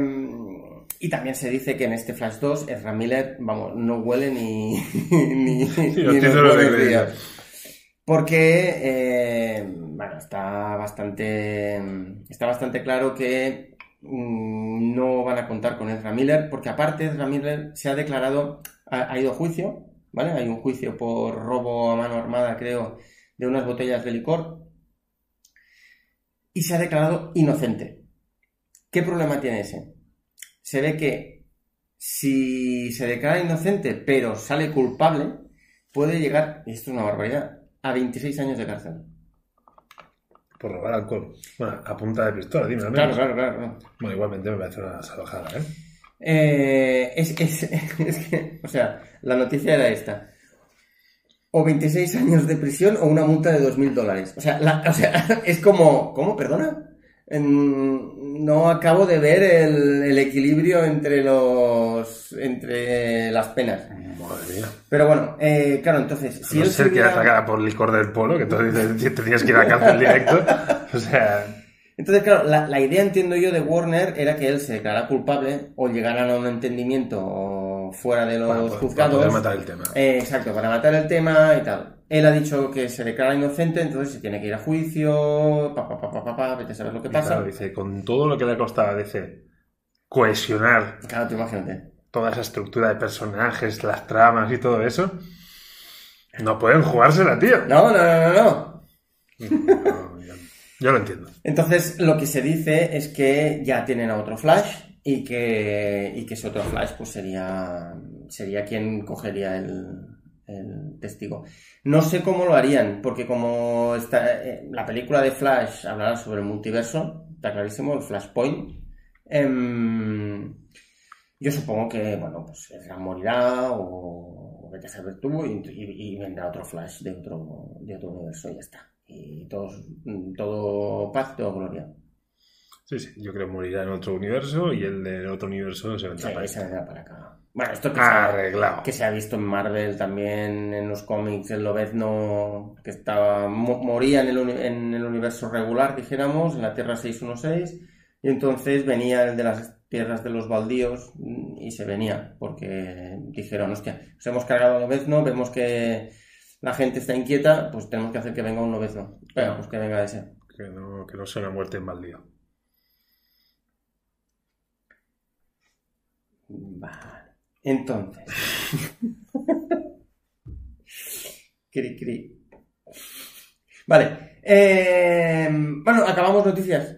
S2: y también se dice que en este Flash 2 Ezra Miller, vamos, no huele ni, ni, ni
S1: los
S2: los
S1: títulos de
S2: buenos
S1: crédito.
S2: días. Porque, eh, bueno, está bastante, em, está bastante claro que mm, no van a contar con Ezra Miller, porque aparte Ezra Miller se ha declarado, ha, ha ido a juicio, ¿vale? Hay un juicio por robo a mano armada, creo, de unas botellas de licor, y se ha declarado inocente. ¿Qué problema tiene ese? Se ve que si se declara inocente, pero sale culpable, puede llegar, y esto es una barbaridad, a 26 años de cárcel.
S1: Por robar alcohol. Bueno, a punta de pistola, dime. al menos.
S2: Claro, claro, claro. claro.
S1: Bueno, igualmente me parece una salvajada, ¿eh?
S2: Eh, es, es- es que, o sea, la noticia era esta. O 26 años de prisión o una multa de 2.000 dólares. O sea, la- o sea, es como... ¿Cómo? ¿Perdona? Mm, No acabo de ver el, el equilibrio entre los... entre las penas.
S1: Madre mía.
S2: Pero bueno, eh, claro, entonces...
S1: a no
S2: él
S1: ser que la
S2: tuviera-
S1: sacara por licor del polo, que entonces te- te tenías que ir a cárcel directo. O sea,
S2: Entonces, claro, la, la idea, entiendo yo, de Warner era que él se declarara culpable o llegaran a un entendimiento fuera de los
S1: para poder- para
S2: juzgados.
S1: poder pues, matar el tema.
S2: Eh, exacto, para matar el tema y tal. Él ha dicho que se declara inocente, entonces se tiene que ir a juicio, pa, pa, pa, pa, pa, pa, vete a saber lo que
S1: Y
S2: pasa.
S1: claro, dice, con todo lo que le ha costado a DC cohesionar
S2: Claro, tú imagínate.
S1: toda esa estructura de personajes, las tramas y todo eso, no pueden jugársela, tío.
S2: No, no, no, no, no.
S1: No, yo, yo lo entiendo.
S2: Entonces, lo que se dice es que ya tienen a otro Flash y que, y que ese otro Flash pues sería, sería quien cogería el, el testigo. No sé cómo lo harían, porque como está, eh, la película de Flash hablará sobre el multiverso, está clarísimo, el Flashpoint. Em, yo supongo que, bueno, pues Ezra morirá o, o vete a saber tú y, y- y vendrá otro Flash de otro, mm, de otro universo y ya está. Y todos, todo paz, todo gloria.
S1: Sí, sí, yo creo que morirá en otro universo y el del otro universo se vendrá
S2: Sí,
S1: para
S2: se
S1: este.
S2: vendrá para acá. Bueno,
S1: Ah,
S2: esto que, se ha-
S1: Arreglado.
S2: que se ha visto en Marvel también, en los cómics, el Lobezno que estaba, mo- moría en el, uni- en el universo regular, dijéramos, en la Tierra 616, y entonces venía el de las tierras de los baldíos mm, y se venía, porque dijeron, hostia, nos hemos cargado a Lobezno, vemos que la gente está inquieta, pues tenemos que hacer que venga un Lobezno. Venga, pues que venga ese.
S1: Que no, que no sea una muerte en baldío.
S2: Vale. Entonces. cri, cri. Vale. eh, bueno, acabamos noticias.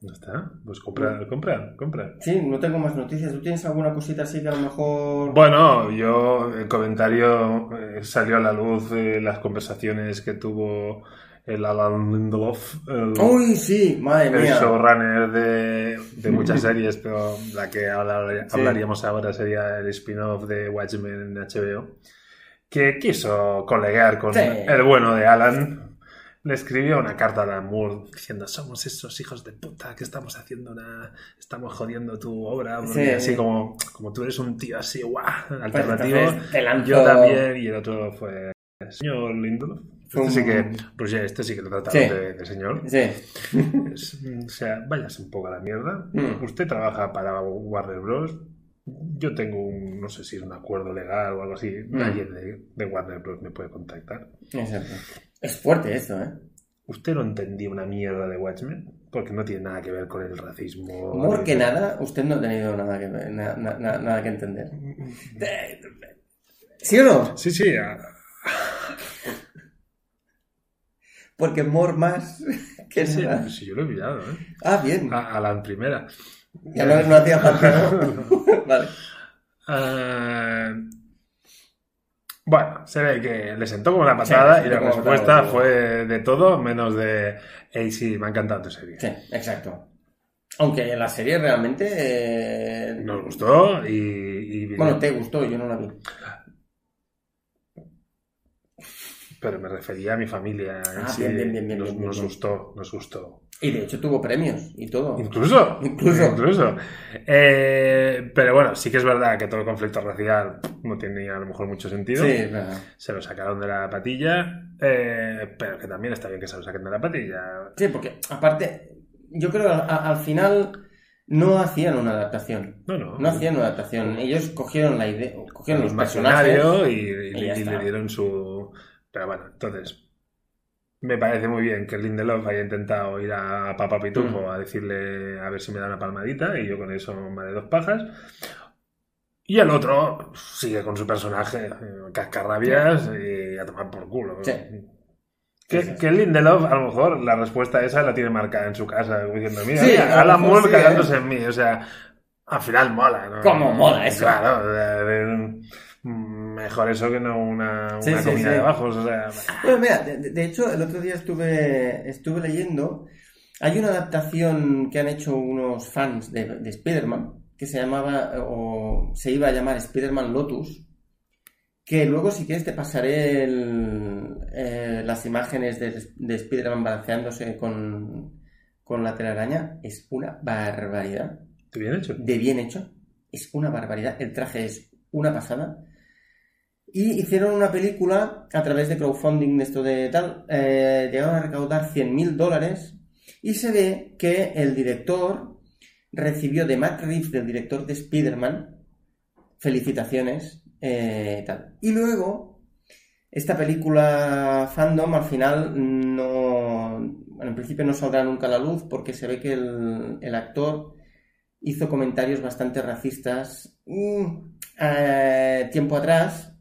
S1: ¿No está? Pues compra, compra, compra.
S2: Sí, no tengo más noticias. ¿Tú tienes alguna cosita así que a lo mejor...
S1: Bueno, yo, el comentario, eh, salió a la luz eh, las conversaciones que tuvo el Alan Lindelof, el,
S2: ¡Uy, sí! ¡Madre
S1: el
S2: mía!
S1: showrunner de, de muchas series, pero la que hablar-
S2: Sí.
S1: hablaríamos ahora sería el spin-off de Watchmen en HBO, que quiso colegar con
S2: Sí.
S1: el bueno de Alan. Le escribió una carta a Alan Moore diciendo, somos esos hijos de puta que estamos haciendo una... Estamos jodiendo tu obra, porque
S2: Sí.
S1: así como, como tú eres un tío así, guau,
S2: Pues
S1: alternativo.
S2: entonces te lanzo-
S1: Yo también, y el otro fue el señor Lindelof. Este
S2: Fue un-
S1: sí que, Roger, este sí que lo trataba
S2: Sí.
S1: de- de señor.
S2: Sí.
S1: Es, mm, o sea, váyase un poco a la mierda.
S2: Mm.
S1: Usted trabaja para Warner Bros. Yo tengo un, no sé si es un acuerdo legal o algo así.
S2: Mm.
S1: Nadie de, de Warner Bros. me puede contactar.
S2: Exacto. Es fuerte esto, ¿eh?
S1: Usted no entendía una mierda de Watchmen porque no tiene nada que ver con el racismo.
S2: More que nada, usted no ha tenido nada que, ver- na- na- na- nada que entender. ¿Sí o no?
S1: Sí, sí. a-
S2: Porque more más que
S1: sí,
S2: nada.
S1: sí, yo lo he pillado, ¿eh?
S2: Ah, bien.
S1: A, a la primera.
S2: Ya no, no hacía falta, ¿no? vale.
S1: Eh, bueno, se ve que le sentó como una patada
S2: Sí,
S1: y la
S2: como
S1: respuesta
S2: patada, sí.
S1: fue de todo menos de, hey, sí, me ha encantado tu serie.
S2: Sí, exacto. Aunque la serie realmente. eh,
S1: Nos gustó y... y-
S2: Bueno, te gustó, yo no la vi.
S1: Pero me refería a mi familia. en
S2: Ah,
S1: sí.
S2: bien, bien, bien, bien,
S1: nos,
S2: bien,
S1: nos
S2: bien.
S1: gustó, nos gustó.
S2: Y de hecho tuvo premios y todo.
S1: Incluso.
S2: Incluso.
S1: Incluso. Eh, pero bueno, sí que es verdad que todo el conflicto racial no tenía a lo mejor mucho sentido.
S2: Sí, es verdad.
S1: Se lo sacaron de la patilla, eh, pero que también está bien que se lo saquen de la patilla.
S2: Sí, porque aparte, yo creo que al final no hacían una adaptación.
S1: No, no.
S2: No hacían una adaptación. Ellos cogieron la idea, cogieron los
S1: un
S2: personajes.
S1: maquinario y, y le-
S2: y ya
S1: y le
S2: está.
S1: dieron su. Pero bueno, entonces. Me parece muy bien que Lindelof haya intentado ir a Papá Pitufo
S2: Mm.
S1: a decirle a ver si me da una palmadita y yo con eso me de dos pajas. Y el otro sigue con su personaje, eh, cascarrabias y a tomar por culo.
S2: Sí.
S1: Que,
S2: Sí, sí, sí.
S1: que Lindelof, a lo mejor, la respuesta esa la tiene marcada en su casa, diciendo, mira,
S2: Sí,
S1: mira,
S2: a lo
S1: Alan
S2: mejor
S1: Moore
S2: sí, ¿eh?
S1: cagándose en mí. O sea, al final mola, ¿no?
S2: ¿Cómo mola eso?
S1: Claro, o sea, de- mejor eso que no una,
S2: Sí,
S1: una
S2: sí,
S1: comida
S2: sí.
S1: de bajos. O sea,
S2: Bueno, mira, de, de hecho, el otro día estuve, estuve leyendo. Hay una adaptación que han hecho unos fans de, de Spider-Man que se llamaba, o se iba a llamar Spider-Man Lotus. Que luego, si quieres, te pasaré el- eh, las imágenes de, de Spider-Man balanceándose con, con la telaraña. Es una barbaridad
S1: ¿te bien hecho?
S2: de bien hecho. Es una barbaridad. El traje es una pasada. Y hicieron una película a través de crowdfunding, de esto de tal. eh, llegaron a recaudar 100 mil dólares. Y se ve que el director recibió de Matt Reeves, del director de Spider-Man, felicitaciones. eh, tal. Y luego, esta película fandom al final no. Bueno, en principio no saldrá nunca a la luz porque se ve que el- el actor hizo comentarios bastante racistas mm, eh, tiempo atrás.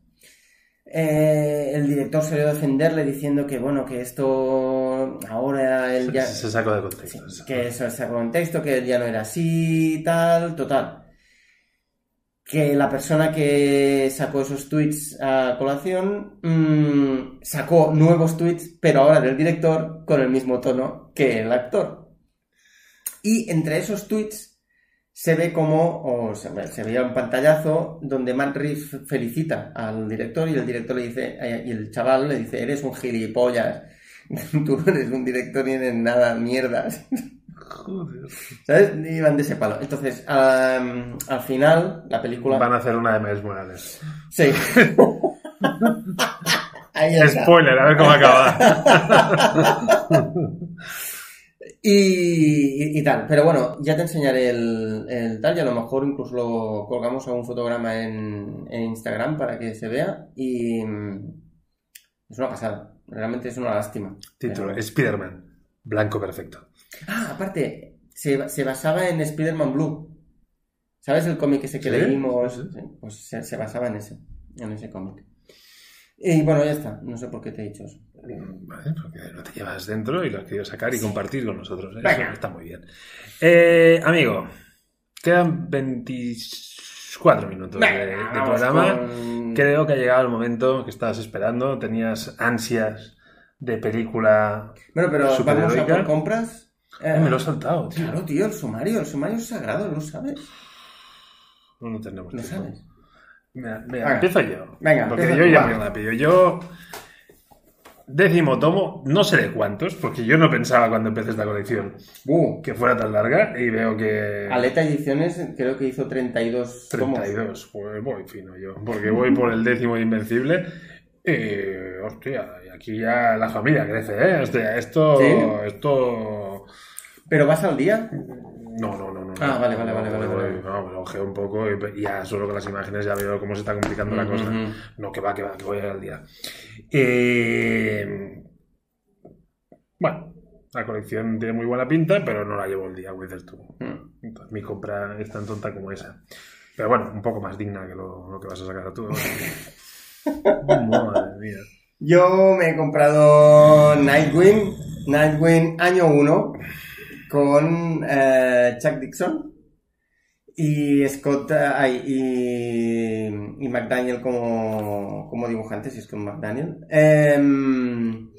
S2: Eh, el director salió a defenderle diciendo que bueno, que esto ahora él ya
S1: Se sacó de contexto.
S2: Sí,
S1: eso.
S2: que eso es el contexto, que él ya no era así, tal, total. Que la persona que sacó esos tweets a colación mm, sacó nuevos tweets, pero ahora del director, con el mismo tono que el actor. Y entre esos tweets se ve como, o se, ve- se veía un pantallazo donde Matt Reeves felicita al director y el director le dice, eh, y el chaval le dice, eres un gilipollas, tú no eres un director ni eres nada mierda.
S1: Joder.
S2: ¿Sabes? Iban de ese palo. Entonces, am, al final, la película.
S1: Van a hacer una de Miles Morales.
S2: Sí. Ahí está.
S1: Spoiler, a ver cómo acaba.
S2: Y, y- y tal. Pero bueno, ya te enseñaré el, el tal y a lo mejor incluso lo colgamos algún fotograma en, en Instagram para que se vea. Y mm, es una pasada. Realmente es una lástima.
S1: Título:
S2: Pero-
S1: Spider-Man. Blanco perfecto.
S2: Ah, aparte, se, se basaba en Spider-Man Blue. ¿Sabes el cómic ese que
S1: Sí,
S2: leímos?
S1: sí,
S2: Sí, Pues se, se basaba en ese, en ese cómic. Y bueno, ya está. No sé por qué te he dicho eso.
S1: Vale, porque lo te llevas dentro y lo has querido sacar y compartir con nosotros. ¿eh? Eso
S2: Venga.
S1: está muy bien. Eh, amigo, quedan 24 minutos de- de,
S2: Venga, vamos
S1: programa.
S2: con-
S1: Creo que ha llegado el momento que estabas esperando. Tenías ansias de película.
S2: Bueno, pero vamos a
S1: superheroica.
S2: por compras. Eh,
S1: Ay, me lo he saltado, tío.
S2: Claro, tío, el sumario. El sumario es sagrado, ¿lo sabes?
S1: No, no tenemos
S2: ¿Lo
S1: tiempo.
S2: sabes?
S1: Mira, mira,
S2: Venga.
S1: empiezo yo.
S2: Venga,
S1: Porque
S2: empieza
S1: yo
S2: tú,
S1: ya
S2: va.
S1: muy rápido. Yo. Décimo tomo, no sé de cuántos, porque yo no pensaba cuando empecé esta colección
S2: Uh,
S1: que fuera tan larga y veo que.
S2: Aleta Ediciones creo que hizo 32 tomos.
S1: 32, pues voy fino yo, porque voy por el décimo de Invencible. Eh, hostia, y aquí ya la familia crece, ¿eh? Hostia, esto.
S2: ¿Sí?
S1: Esto.
S2: ¿Pero vas al día?
S1: No, no, no, no.
S2: Ah,
S1: no,
S2: vale, vale,
S1: no,
S2: vale, vale,
S1: no,
S2: vale.
S1: No, me lo ojeo un poco y ya solo con las imágenes ya veo cómo se está complicando
S2: Mm,
S1: la cosa.
S2: Ujú.
S1: No, que va, que va, que voy al día. Eh, bueno, la colección tiene muy buena pinta, pero no la llevo el día, como dices tú.
S2: Mm.
S1: Entonces, mi compra es tan tonta como esa. Pero bueno, un poco más digna que lo, lo que vas a sacar a tú. Madre mía.
S2: Yo me he comprado Nightwing, Nightwing año 1, con eh, Chuck Dixon y Scott eh, ay, y, y McDaniel como, como dibujante, si es que un McDaniel. Em,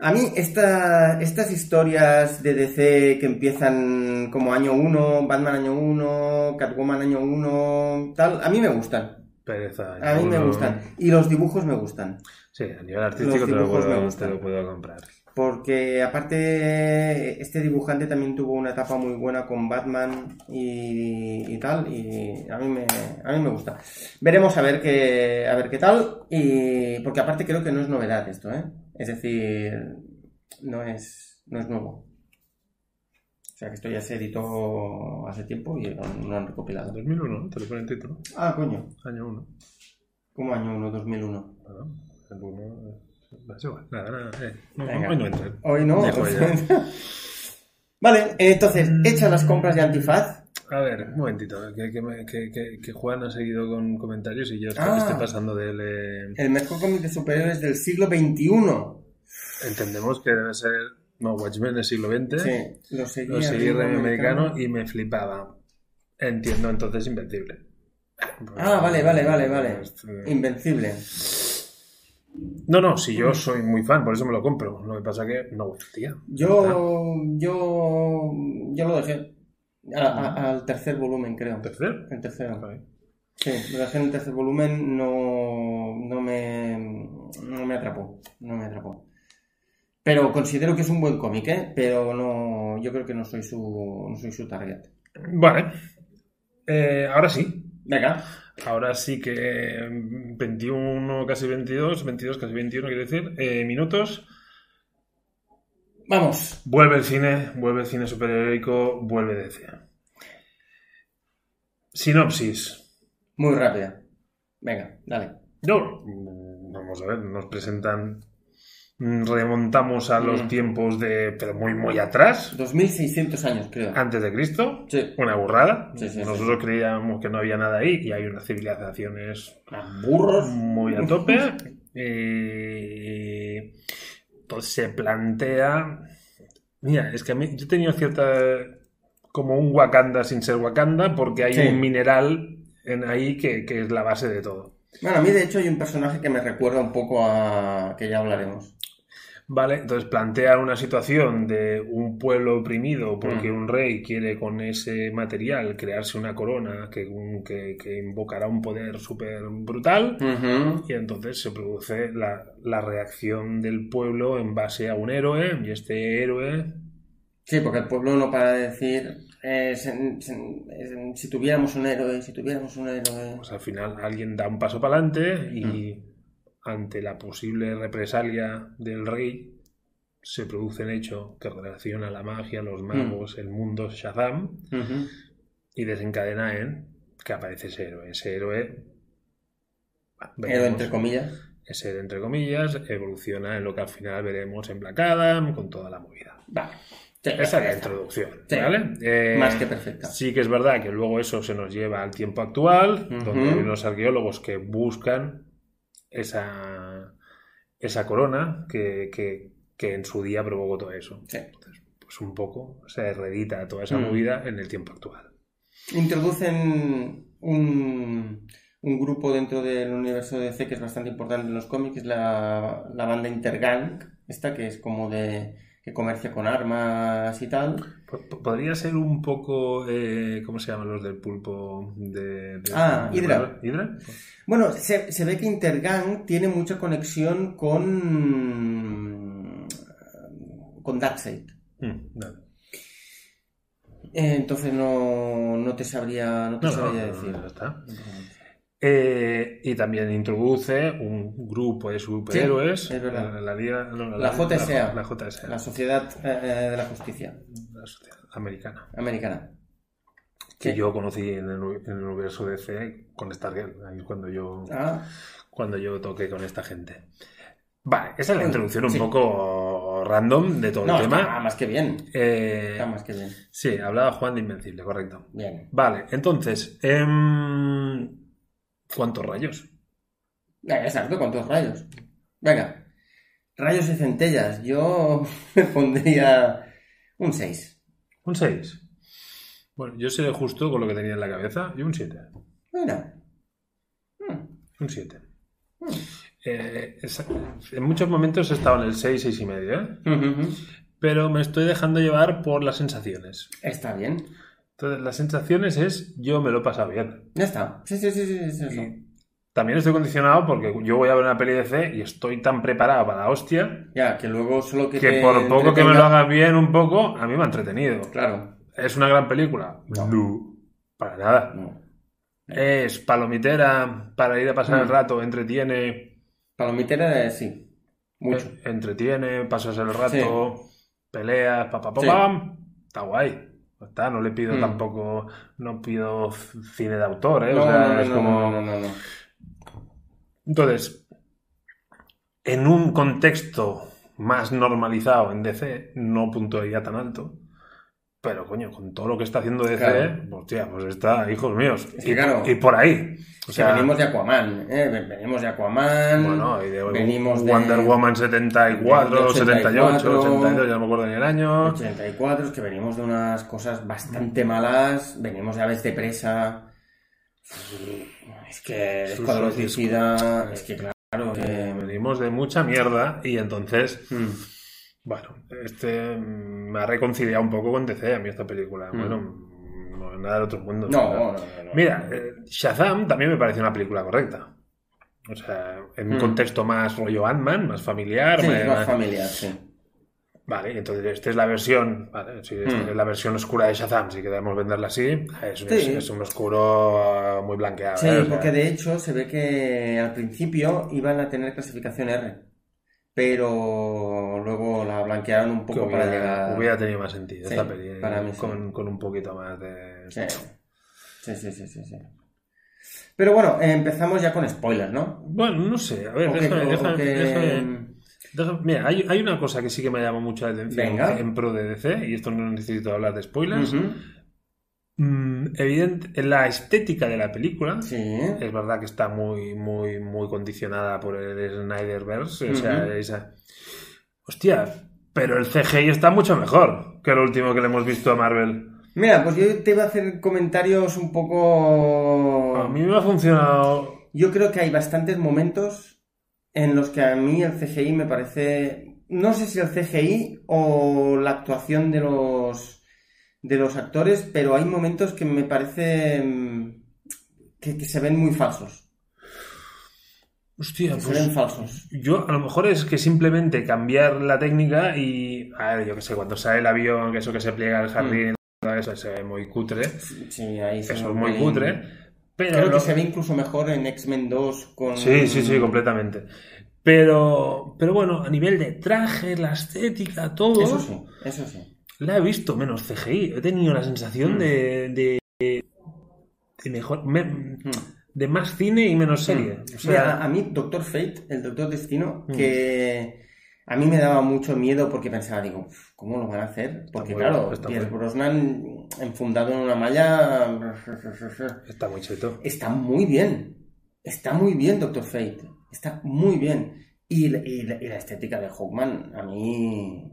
S2: a mí esta- estas historias de DC que empiezan como año 1, Batman año 1, Catwoman año 1, tal, a mí me gustan.
S1: Pereza.
S2: A mí me
S1: No-
S2: gustan. Y los dibujos me gustan.
S1: Sí, a nivel artístico te lo,
S2: dibujos me
S1: puedo, te
S2: gustan.
S1: lo puedo comprar.
S2: Porque aparte, este dibujante también tuvo una etapa muy buena con Batman y, y tal, y a mí, me, a mí me gusta. Veremos a ver qué, a ver qué tal, y porque aparte creo que no es novedad esto, ¿eh? Es decir, no es, no es nuevo. O sea que esto ya se editó hace tiempo y no, no han recopilado.
S1: 2001, te lo pone el título.
S2: Ah, coño.
S1: Año 1.
S2: ¿Cómo año 1, 2001?
S1: Bueno, el 1. Es igual. Nada, nada. eh. No,
S2: Venga.
S1: hoy no entra.
S2: Hoy no.
S1: Dejo ya.
S2: vale, entonces, hechas las compras de Antifaz.
S1: A ver, un momentito, que, que, me- que, que, que Juan ha seguido con comentarios y yo estoy,
S2: Ah.
S1: estoy pasando de él. eh.
S2: El mejor cómic de superhéroes del siglo XXI.
S1: Entendemos que debe ser. No, Watchmen del siglo XX.
S2: Sí, lo seguí.
S1: Lo seguí
S2: arriba,
S1: Rey Americano y me flipaba. Entiendo entonces Invencible.
S2: Ah, vale, vale, vale, vale.
S1: Este-
S2: Invencible.
S1: No, no, si yo soy muy fan, por eso me lo compro. Lo que pasa que no, tía.
S2: Yo,
S1: Ah.
S2: yo, yo lo dejé a- a- al tercer volumen, creo.
S1: ¿Tercer?
S2: El tercero.
S1: Ok.
S2: Sí, lo dejé en el tercer volumen, no, no, me, no me atrapó. No me atrapó. Pero considero que es un buen cómic, ¿eh? Pero no, yo creo que no soy su, no soy su target.
S1: Vale. Eh, ahora sí.
S2: Venga.
S1: Ahora sí que eh, 21, casi 22, 22, casi 21, quiero decir, eh, minutos.
S2: Vamos.
S1: Vuelve el cine, vuelve el cine superheroico, vuelve DC. Sinopsis.
S2: Muy rápida. Venga, dale.
S1: No, mm, vamos a ver, nos presentan, mm, remontamos a los
S2: Mm.
S1: tiempos de, pero muy, muy atrás,
S2: 2600 años, creo.
S1: antes de Cristo.
S2: Sí.
S1: Una burrada.
S2: Sí, sí, sí.
S1: Nosotros creíamos que no había nada ahí y hay unas civilizaciones
S2: Ah, Burros.
S1: muy a tope. eh, pues se plantea. Mira, es que a mí yo he tenido cierta. como un Wakanda sin ser Wakanda, porque hay
S2: Sí.
S1: un mineral en ahí que, que es la base de todo.
S2: Bueno, a mí de hecho hay un personaje que me recuerda un poco a... que ya hablaremos.
S1: Vale, entonces plantea una situación de un pueblo oprimido porque
S2: Mm.
S1: un rey quiere con ese material crearse una corona que, que, que invocará un poder súper brutal. Y entonces se produce la, la reacción del pueblo en base a un héroe, y este héroe
S2: Sí, porque el pueblo no para de decir, eh, sen- sen- eh, si tuviéramos un héroe, si tuviéramos un héroe.
S1: Pues al final alguien da un paso para adelante y
S2: Mm.
S1: ante la posible represalia del rey se produce un hecho que relaciona la magia,
S2: Mm.
S1: los magos, el mundo Shazam
S2: Ujú.
S1: y desencadena en que aparece ese héroe. Ese héroe,
S2: Héroe
S1: veremos,
S2: entre comillas.
S1: ese héroe entre comillas evoluciona en lo que al final veremos en Black Adam con toda la movida.
S2: Vale. Sí,
S1: Esa
S2: ya
S1: es
S2: está, ya
S1: la
S2: está.
S1: introducción,
S2: Sí.
S1: ¿vale? Eh,
S2: Más que perfecta.
S1: Sí que es verdad que luego eso se nos lleva al tiempo actual,
S2: Ujú.
S1: donde hay unos arqueólogos que buscan esa, esa corona que, que- que en su día provocó todo eso.
S2: Sí.
S1: Pues un poco se heredita toda esa
S2: Mm.
S1: movida en el tiempo actual.
S2: Introducen un, un grupo dentro del universo de DC que es bastante importante en los cómics, que es la, la banda Intergang, esta que es como de que comercia con armas y tal.
S1: Po- po- Podría ser un poco, eh, ¿cómo se llaman los del pulpo? De, este de-
S2: Ah,
S1: de-
S2: Hydra.
S1: ¿Hydra?
S2: Bueno, se, se ve que Intergang tiene mucha conexión con con Darkseid.
S1: Mm, no.
S2: Eh, Entonces no, no te sabría, no te
S1: No, no,
S2: sabría
S1: no,
S2: decir.
S1: no, no está. Eh, y también introduce un grupo de superhéroes.
S2: Sí, es verdad.
S1: La, la Liga- no,
S2: La JSA.
S1: La, JSA.
S2: La Sociedad eh, de la Justicia
S1: la Sociedad Americana.
S2: Americana.
S1: Que
S2: Sí.
S1: yo conocí en el, en el universo DC con Stargirl. Ahí es cuando yo,
S2: Ah,
S1: cuando yo toqué con esta gente. Vale, esa es la
S2: Bueno,
S1: introducción un
S2: sí.
S1: poco random de todo
S2: no,
S1: el
S2: está
S1: tema.
S2: más que bien.
S1: Eh,
S2: Está más que bien.
S1: sí, hablaba Juan de Invencible, correcto.
S2: Bien.
S1: Vale, entonces, em, ¿cuántos rayos?
S2: Venga, exacto, con tus rayos. Venga. Rayos y centellas. Yo me pondría un 6.
S1: Un 6. Bueno, yo seré justo con lo que tenía en la cabeza y un 7.
S2: Bueno. Hmm,
S1: Un 7.
S2: hmm.
S1: Eh, es- en muchos momentos he estado en el 6, 6 y medio, ¿eh?
S2: Ujú, ujú.
S1: pero me estoy dejando llevar por las sensaciones.
S2: Está bien.
S1: Entonces, las sensaciones es yo me lo he pasado bien.
S2: Ya está. Sí, sí, sí, sí, es eso.
S1: Y también estoy condicionado porque yo voy a ver una peli de C y estoy tan preparado para la hostia
S2: Ya, que luego solo que.
S1: que
S2: te
S1: por poco que me
S2: entretenga-
S1: lo hagas bien un poco, a mí me ha entretenido.
S2: Claro.
S1: ¿Es una gran película?
S2: No.
S1: para nada.
S2: No.
S1: Es palomitera para ir a pasar el
S2: Mm.
S1: rato, entretiene,
S2: Palomitera, eh, sí. Mucho.
S1: eh, entretiene, pasas el rato, peleas, pa, pa, pa,
S2: Sí.
S1: pam. Está guay. Ya Está, no le pido
S2: Mm.
S1: tampoco, no pido c- cine de autor, ¿eh?
S2: No,
S1: o sea,
S2: no, no,
S1: es
S2: no,
S1: como...
S2: no, no, no, no.
S1: Entonces, en un contexto más normalizado en DC, no puntuaría tan alto. Pero, coño, con todo lo que está haciendo DC,
S2: Claro.
S1: hostia, pues está, hijos míos.
S2: Es que
S1: Y,
S2: claro.
S1: y por ahí. O
S2: O
S1: sea,
S2: sea, venimos de Aquaman, ¿eh? Ven- Venimos de Aquaman.
S1: Bueno, y de
S2: venimos de-
S1: Wonder Woman 74,
S2: del
S1: 78,
S2: 84,
S1: 82, ya no me acuerdo ni el año.
S2: 84, es que venimos de unas cosas bastante malas. Venimos de aves de presa. Es que
S1: Sus-
S2: Escuadrón
S1: sus-
S2: Suicida. Es que claro.
S1: Eh,
S2: que-
S1: venimos de mucha mierda y entonces,
S2: Mm.
S1: bueno, este mm, me ha reconciliado un poco con DC a mí esta película.
S2: Mm.
S1: Bueno, mm, no es nada del otro mundo.
S2: No,
S1: ¿verdad?
S2: no, no, no.
S1: Mira, eh, Shazam también me parece una película correcta. O sea, en un
S2: Mm.
S1: contexto más rollo Ant-Man, más familiar.
S2: Sí,
S1: más-
S2: es más familiar, sí.
S1: Vale, entonces esta es la versión, vale, sí, esta
S2: Mm.
S1: es la versión oscura de Shazam, si queremos venderla así. Es, un-
S2: Sí.
S1: es un oscuro eh, muy blanqueado.
S2: Sí,
S1: ¿eh? O sea,
S2: porque de hecho se ve que al principio iban a tener clasificación R, pero luego la blanquearon un
S1: que
S2: poco
S1: hubiera,
S2: para llegar.
S1: hubiera tenido más sentido
S2: Sí,
S1: esta peli, eh,
S2: para mí sí.
S1: con, con un poquito más de...
S2: Sí. Sí, sí, sí, sí, sí. Pero bueno, eh, empezamos ya con spoilers, ¿no?
S1: Bueno, no sé, a ver,
S2: O que-
S1: déjame,
S2: o- o
S1: déjame-
S2: que-
S1: déjame- déjame- Mira, hay, hay una cosa que sí que me llama mucho la atención
S2: Venga.
S1: en pro de DC, y esto no necesito hablar de spoilers.
S2: Ujú.
S1: Mm, evidente, la estética de la película...
S2: Sí.
S1: Es verdad que está muy, muy, muy condicionada por el Snyderverse. O sea,
S2: Ujú.
S1: esa- Hostia, pero el CGI está mucho mejor que el último que le hemos visto a Marvel.
S2: Mira, pues yo te iba a hacer comentarios un poco.
S1: A mí me ha funcionado.
S2: Yo creo que hay bastantes momentos en los que a mí el CGI me parece. No sé si el CGI o la actuación de los. de los actores, pero hay momentos que me parece. mm, que, que se ven muy falsos.
S1: Hostia,
S2: Que
S1: pues
S2: Suelen falsos.
S1: yo a lo mejor es que simplemente cambiar la técnica y, a ver, yo qué sé, cuando sale el avión, que eso que se pliega el jardín, todo eso se ve muy cutre,
S2: Mm. Sí, ahí se
S1: eso
S2: ve
S1: es
S2: un
S1: muy
S2: pelín.
S1: cutre, pero...
S2: Creo
S1: lo-
S2: que se ve incluso mejor en X-Men 2 con...
S1: Sí, sí,
S2: Mm.
S1: sí, completamente. Pero, pero bueno, a nivel de traje, la estética, todo,
S2: Eso sí, eso sí.
S1: la he visto menos CGI. He tenido la sensación
S2: Mm.
S1: de, de, de mejor, me-
S2: Mm.
S1: de más cine y menos serie. O sea,
S2: Mira, a- a mí Doctor Fate, el Doctor Destino,
S1: Mm.
S2: que a mí me daba mucho miedo porque pensaba, digo, "Uf, ¿cómo lo van a hacer? Porque
S1: muy
S2: claro,
S1: bueno, está
S2: Pierce
S1: muy
S2: Brosnan enfundado en una malla
S1: está muy cheto.
S2: está muy bien. Está muy bien Doctor Fate. Está muy bien. Y, la- y la- y la estética de Hawkman, a mí...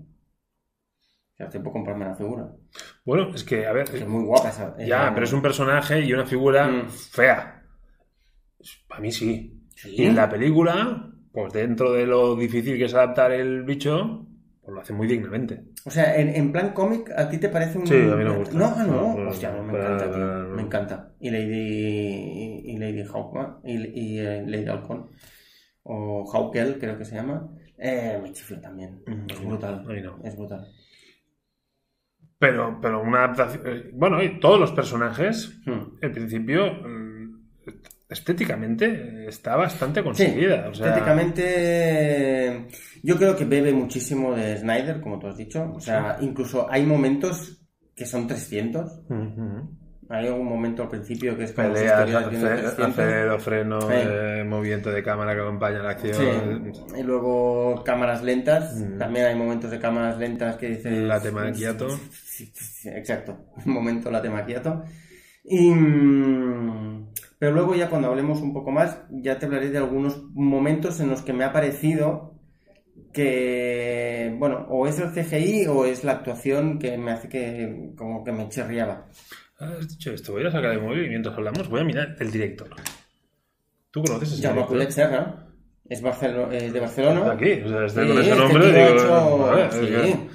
S2: Ya tiempo comprarme la figura.
S1: Bueno, es que, a ver,
S2: Es muy guapa esa.
S1: ya, pero es un personaje y una figura
S2: Mm.
S1: fea. Para mí sí.
S2: Sí.
S1: Y en la película, pues dentro de lo difícil que es adaptar el bicho, pues lo hace muy dignamente.
S2: O sea, en, en plan cómic, ¿a ti te parece un...?
S1: Sí, a mí no me gusta.
S2: No, ah, no,
S1: No, no,
S2: hostia, a mí me
S1: para
S2: encanta, tío,
S1: nada, no.
S2: me encanta. Y Lady, y Lady Hawkman, y, y, eh, Lady Halcón, o Hawkel, creo que se llama, eh, me chifla también,
S1: Mm, sí,
S2: es
S1: a mí
S2: brutal,
S1: no.
S2: es brutal.
S1: Pero, pero una adaptación. eh, Bueno, y todos los personajes,
S2: Hmm.
S1: en principio, mm, estéticamente, eh, está bastante
S2: Sí,
S1: conseguida. o sea,
S2: estéticamente yo creo que bebe muchísimo de Snyder, como tú has dicho, o sea, incluso hay momentos que son 300,
S1: mm, mm.
S2: hay algún momento al principio que es como si
S1: Peleas,
S2: estuvieras viendo
S1: ace-
S2: 300.
S1: acelero, freno,
S2: Sí.
S1: eh, movimiento de cámara que acompaña la acción.
S2: Sí, y luego cámaras lentas.
S1: eh. Mm.
S2: También hay momentos de cámaras lentas que dicen.
S1: La tema de Giotto.
S2: Exacto, un momento la tema de Giotto. Y, mm, pero luego, ya cuando hablemos un poco más, ya te hablaré de algunos momentos en los que me ha parecido que, bueno, o es el CGI o es la actuación que me hace que, como que me chirriaba.
S1: Ah, Has dicho esto, voy a sacar el móvil y mientras hablamos voy a mirar el director. ¿Tú conoces ese
S2: Ya me
S1: director?
S2: puede ser, ¿no? Es, Barcelo- es de Barcelona.
S1: Aquí, o sea, este
S2: Sí,
S1: con ese
S2: este
S1: nombre,
S2: tío ha
S1: digo,
S2: hecho-
S1: vale,
S2: sí.
S1: es que-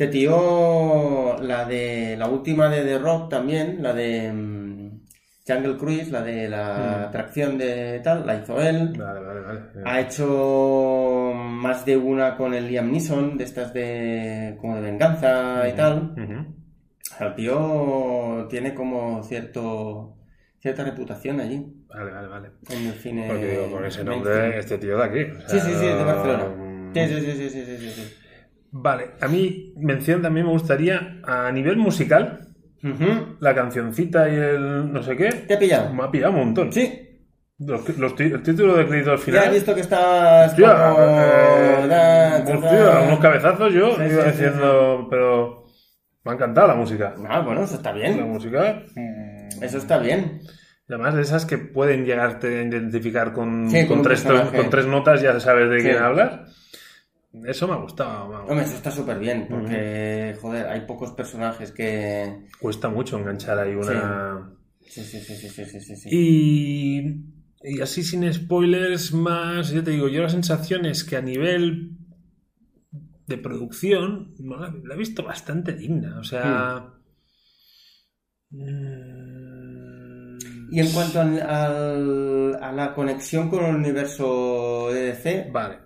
S2: Este tío, la de la última de The Rock también, la de mm, Jungle Cruise, la de la
S1: Mm.
S2: atracción de tal, la hizo él.
S1: Vale, vale, vale.
S2: Ha hecho más de una con el Liam Neeson, de estas de como de venganza y tal.
S1: Ujú.
S2: El tío tiene como cierto cierta reputación allí
S1: Vale, vale, vale.
S2: en el cine.
S1: Porque digo, con ese
S2: mainstream.
S1: nombre, este tío de aquí. o sea,
S2: Sí, sí, sí, de
S1: mm,
S2: Barcelona. Sí, sí, sí, sí, sí, sí, sí.
S1: Vale, a mí mención también me gustaría a nivel musical,
S2: Ujú.
S1: la cancioncita y el no sé qué,
S2: ¿Te ha pillado?
S1: me ha pillado un montón.
S2: Sí,
S1: Los- los ti- el título de crédito al
S2: ya he
S1: final.
S2: visto que estás
S1: Hostia,
S2: como...
S1: eh,
S2: da, da,
S1: hostia,
S2: da.
S1: unos cabezazos yo
S2: Sí,
S1: iba
S2: sí, sí,
S1: diciendo, pero me ha encantado la música.
S2: Ah, bueno, eso está
S1: La
S2: bien.
S1: música,
S2: Eso está bien.
S1: y además de esas que pueden llegarte a identificar con,
S2: Sí,
S1: con
S2: con un
S1: tres,
S2: personaje.
S1: con tres notas, ya sabes de
S2: Sí.
S1: quién hablar. Eso me ha gustado. me ha gustado.
S2: Hombre, eso está súper bien, porque, joder, hay pocos personajes que...
S1: Cuesta mucho enganchar ahí una.
S2: Sí, sí, sí, sí, sí, sí, sí, sí.
S1: Y, y así sin spoilers más, yo te digo, yo la sensación es que a nivel de producción no, la, la he visto bastante digna. O sea. mm,
S2: Y en cuanto al- al- a la conexión con el universo de DC,
S1: Vale.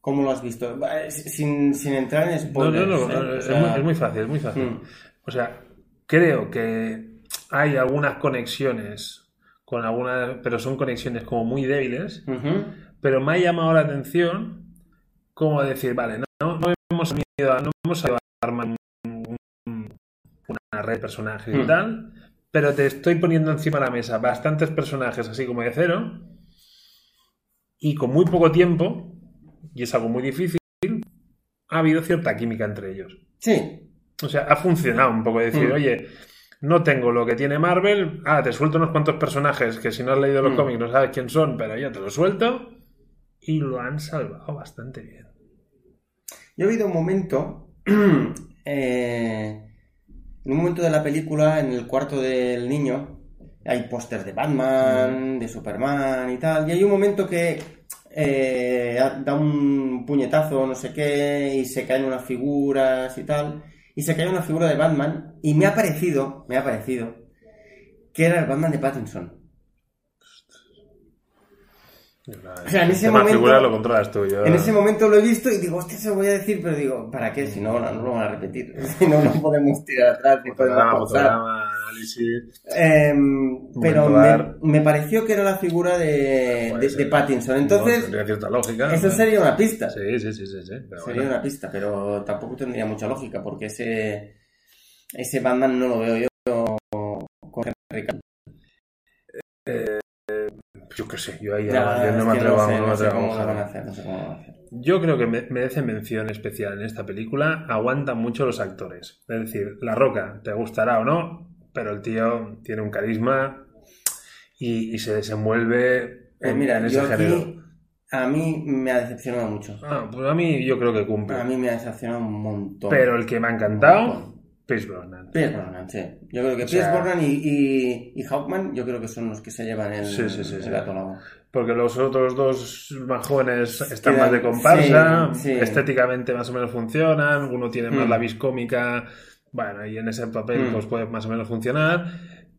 S2: ¿cómo lo has visto? Va, eh, Sin, sin entrar en
S1: No,
S2: spoilers.
S1: no, no,
S2: ¿eh?
S1: no,
S2: O
S1: es,
S2: sea,
S1: muy, es muy fácil, es muy fácil.
S2: Mm.
S1: O sea, creo que hay algunas conexiones con algunas, pero son conexiones como muy débiles.
S2: mm, ujú.
S1: pero me ha llamado la atención como decir, vale, no, no, no hemos ido a, no hemos ido a armar un- un- una red de personajes y
S2: Hmm.
S1: tal, pero te estoy poniendo encima de la mesa bastantes personajes así como de cero y con muy poco tiempo, y es algo muy difícil, ha habido cierta química entre ellos.
S2: Sí,
S1: O sea, ha funcionado un poco decir,
S2: Mm.
S1: oye, no tengo lo que tiene Marvel, ah, te suelto unos cuantos personajes que si no has leído los
S2: Mm.
S1: cómics no sabes quién son, pero yo te lo suelto. Y lo han salvado bastante bien.
S2: Yo he habido un momento, eh, en un momento de la película, en el cuarto del niño, hay pósters de Batman, de Superman y tal, y hay un momento que eh, da un puñetazo, no sé qué, y se caen unas figuras y tal, y se cae una figura de Batman, y me ha parecido, me ha parecido, que era el Batman de Pattinson. O sea, en ese
S1: tema
S2: momento-
S1: figura lo controlas tú. Yo...
S2: En ese momento lo he visto y digo, hostia, se lo voy a decir, pero digo, ¿para qué? Si no, no, no lo van a repetir. Si no, no podemos tirar atrás ni
S1: Fotograma,
S2: podemos forzar.
S1: fotograma, análisis.
S2: Em, pero
S1: Mendoar.
S2: me, me pareció que era la figura de,
S1: Puede
S2: de-
S1: ser.
S2: de Pattinson. Entonces,
S1: No, tendría cierta lógica.
S2: eso
S1: ¿no?
S2: sería una pista.
S1: Sí, sí, sí, sí. sí, pero
S2: Sería
S1: bueno.
S2: una pista, pero tampoco tendría mucha lógica, porque ese, ese Batman no lo veo yo con Henry Cavill.
S1: Yo qué sé, yo ahí
S2: Ya,
S1: no- yo
S2: es
S1: no me
S2: que
S1: atrevo a-
S2: sé,
S1: no me
S2: no sé
S1: atrevo a
S2: cómo lo van a
S1: mojar.
S2: hacer, no sé cómo lo van a hacer.
S1: Yo creo que me- merece mención especial en esta película. Aguantan mucho los actores. Es decir, La Roca, te gustará o no, pero el tío tiene un carisma y, y se desenvuelve
S2: Pues
S1: en,
S2: mira,
S1: en
S2: yo
S1: ese
S2: aquí,
S1: género.
S2: a mí me ha decepcionado mucho.
S1: Ah, pues a mí yo creo que cumple.
S2: A mí me ha decepcionado un montón.
S1: Pero el que me ha encantado, Pierce Brosnan.
S2: Pierce Brosnan, sí. Yo creo que
S1: O
S2: Pierce
S1: sea-
S2: Brosnan y, y, y Hawkman, yo creo que son los que se llevan el,
S1: Sí, sí, sí, sí.
S2: el gato al agua.
S1: Porque los otros dos más jóvenes están
S2: Quedan-
S1: más de comparsa,
S2: sí, sí.
S1: estéticamente más o menos funcionan, uno tiene más
S2: Mm.
S1: la vis cómica, bueno, y en ese papel
S2: Mm.
S1: pues puede más o menos funcionar.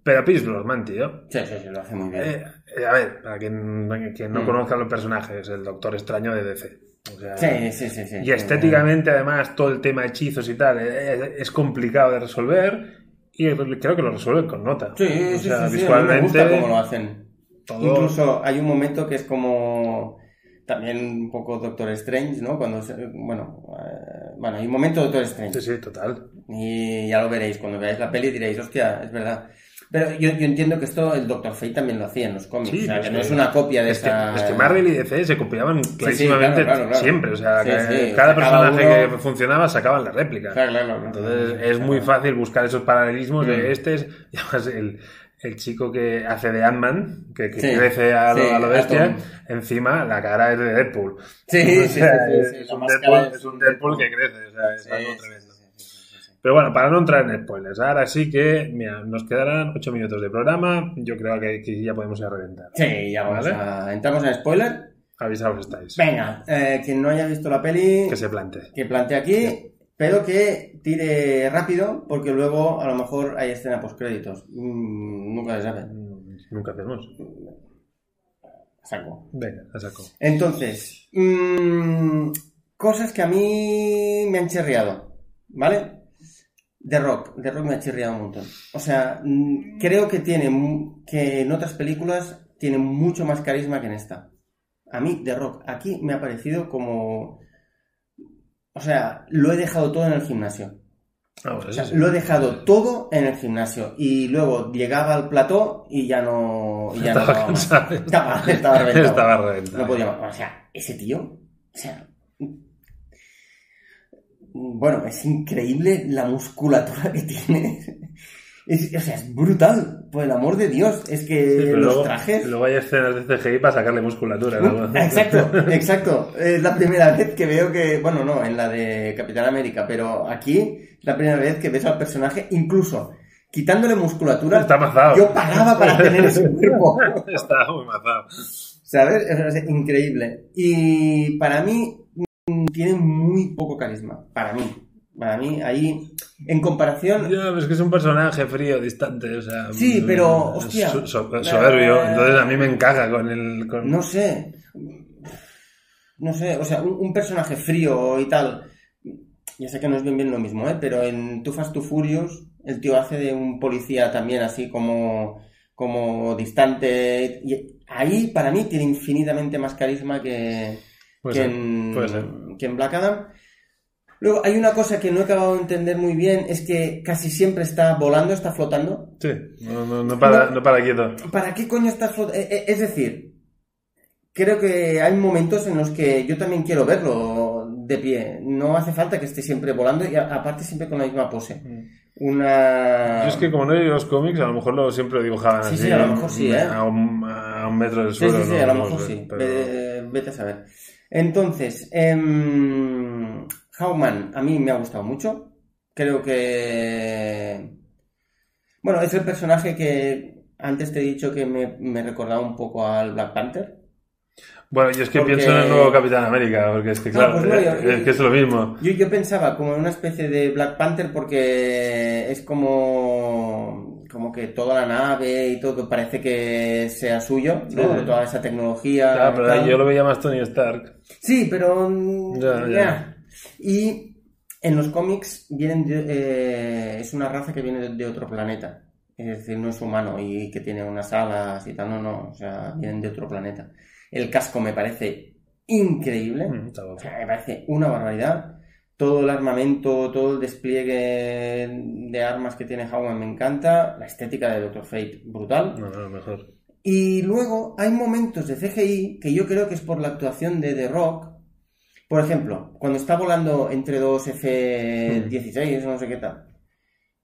S1: Pero Pierce Brosnan, tío.
S2: Sí, sí, sí, lo hace muy bien.
S1: Eh, eh, a ver, para quien, para quien no
S2: Mm.
S1: conozca los personajes, el Doctor Extraño de DC. O sea,
S2: sí, sí, sí, sí.
S1: y estéticamente, además, todo el tema hechizos y tal eh, eh, es complicado de resolver. Y creo que lo resuelven con nota.
S2: Sí, sí,
S1: O sea,
S2: sí, sí, sí, a mí me
S1: visualmente,
S2: gusta cómo lo hacen.
S1: todo-
S2: Incluso hay un momento que es como también un poco Doctor Strange, ¿no? Cuando se- bueno, eh, bueno, hay un momento Doctor Strange.
S1: Sí, sí, total.
S2: Y ya lo veréis, cuando veáis la peli diréis, hostia, es verdad. Pero yo, yo entiendo que esto el Doctor Fate también lo hacía en los cómics,
S1: Sí,
S2: o sea, que
S1: sí.
S2: no es una copia de
S1: Es que,
S2: esa...
S1: es que Marvel y DC se copiaban clarísimamente
S2: claro, claro, claro.
S1: siempre. O sea,
S2: Sí,
S1: ca-
S2: sí,
S1: cada
S2: sacaba
S1: personaje
S2: uno-
S1: que funcionaba sacaban la réplica.
S2: Claro, claro, claro.
S1: Entonces es muy fácil buscar esos paralelismos
S2: Mm.
S1: de este. es- Y además el, el chico que hace de Ant-Man, que, que
S2: Sí,
S1: crece a lo,
S2: sí,
S1: a lo bestia,
S2: Atom.
S1: encima la cara es de Deadpool.
S2: Sí,
S1: O
S2: sí, sí, sí,
S1: sea,
S2: sí,
S1: es,
S2: la
S1: un
S2: máscara
S1: Deadpool, es un Deadpool que crece. O sea, es
S2: Sí,
S1: algo
S2: sí,
S1: tremendo.
S2: sí, sí, sí, sí, sí.
S1: Pero bueno, para no entrar en spoilers, ahora sí que, mira, nos quedarán 8 minutos de programa. Yo creo que, que ya podemos ir a reventar.
S2: Sí, ya vamos
S1: Vale.
S2: a... Entramos en spoiler.
S1: Avisaos estáis.
S2: Venga, eh, quien no haya visto la peli...
S1: Que se plante.
S2: que plantea aquí, pero que tire rápido, porque luego a lo mejor hay escena post créditos. nunca se sabe.
S1: Mm, Nunca hacemos.
S2: Saco.
S1: Venga, la saco.
S2: Entonces, mm, cosas que a mí me han chirriado, ¿vale? The Rock, The Rock me ha chirriado un montón. O sea, mm, creo que tiene mu- que en otras películas tiene mucho más carisma que en esta. A mí The Rock aquí me ha parecido como o sea, lo he dejado todo en el gimnasio.
S1: Ah, bueno,
S2: O
S1: sí,
S2: sea,
S1: sí.
S2: lo he dejado todo en el gimnasio y luego llegaba al plató y ya no. y ya no
S1: Estaba
S2: daba más.
S1: cansado.
S2: Estaba, estaba reventado.
S1: Estaba reventado.
S2: No podía más. O sea, ese tío. O sea. Bueno, es increíble la musculatura que tiene. Es- o sea, es brutal. Por el amor de Dios. Es que
S1: Sí, pero
S2: los
S1: luego,
S2: trajes.
S1: Luego hay escenas de CGI para sacarle musculatura. ¿no?
S2: Ah, Exacto, exacto. Es la primera vez que veo que, bueno, no, en la de Capitán América, pero aquí la primera vez que ves al personaje, incluso quitándole musculatura,
S1: Está mazado.
S2: yo pagaba para tener ese cuerpo.
S1: Está muy mazado.
S2: ¿Sabes? Es, es increíble. Y para mí mm, tiene muy poco carisma. Para mí. Para mí, ahí, en comparación...
S1: Ya, es que es un personaje frío, distante, o sea...
S2: Sí,
S1: mm,
S2: pero,
S1: es
S2: hostia.
S1: so- so- soberbio, entonces a mí me encaja con el... con-
S2: No sé. No sé, o sea, un, un personaje frío y tal. Ya sé que no es bien, bien lo mismo, ¿eh? Pero en Too Fast Too Furious, el tío hace de un policía también así como, como distante. Y ahí, para mí, tiene infinitamente más carisma que,
S1: Puede
S2: que,
S1: ser,
S2: en,
S1: puede ser.
S2: que en Black Adam. Luego, hay una cosa que no he acabado de entender muy bien, es que casi siempre está volando, está flotando.
S1: Sí, no, no, no para,
S2: No.
S1: no para quieto.
S2: ¿Para qué coño estás flot- eh, eh, Es decir, creo que hay momentos en los que yo también quiero verlo de pie. No hace falta que esté siempre volando y a- aparte siempre con la misma pose. Una...
S1: Yo es que como no leí los cómics, a lo mejor lo siempre lo dibujaban
S2: Sí,
S1: así.
S2: sí, a lo mejor sí, ¿eh?
S1: A un, a un metro del
S2: Sí,
S1: suelo.
S2: sí, sí,
S1: ¿no?
S2: a lo
S1: No
S2: mejor
S1: sé,
S2: sí. Eh,
S1: pero-
S2: Ve- Vete a saber. Entonces, em, Hawkman a mí me ha gustado mucho. Creo que... Bueno, es el personaje que antes te he dicho que me, me recordaba un poco al Black Panther.
S1: Bueno, yo es que
S2: Porque-
S1: pienso en el nuevo Capitán América, porque es que, claro,
S2: pues no,
S1: eh,
S2: yo-
S1: es que es lo mismo.
S2: Yo, yo pensaba como en una especie de Black Panther porque es como, como que toda la nave y todo que parece que sea suyo, ¿no?
S1: Sí, sí.
S2: toda esa tecnología.
S1: Claro, Ah, pero
S2: tal.
S1: yo lo veía más Tony Stark.
S2: Sí, pero... mm,
S1: Ya, ya.
S2: ya. Y en los cómics vienen de- eh, es una raza que viene de, de otro planeta. Es decir, no es humano y que tiene unas alas y tal, no, no, o sea, vienen de otro planeta. El casco me parece increíble.
S1: Mm, está
S2: O
S1: guapo.
S2: sea, me parece una barbaridad. Todo el armamento, todo el despliegue de armas que tiene Howman me encanta. La estética de Doctor Fate, brutal.
S1: No, no, mejor.
S2: Y luego hay momentos de CGI que yo creo que es por la actuación de The Rock. Por ejemplo, cuando está volando entre dos F-16 o no sé qué tal.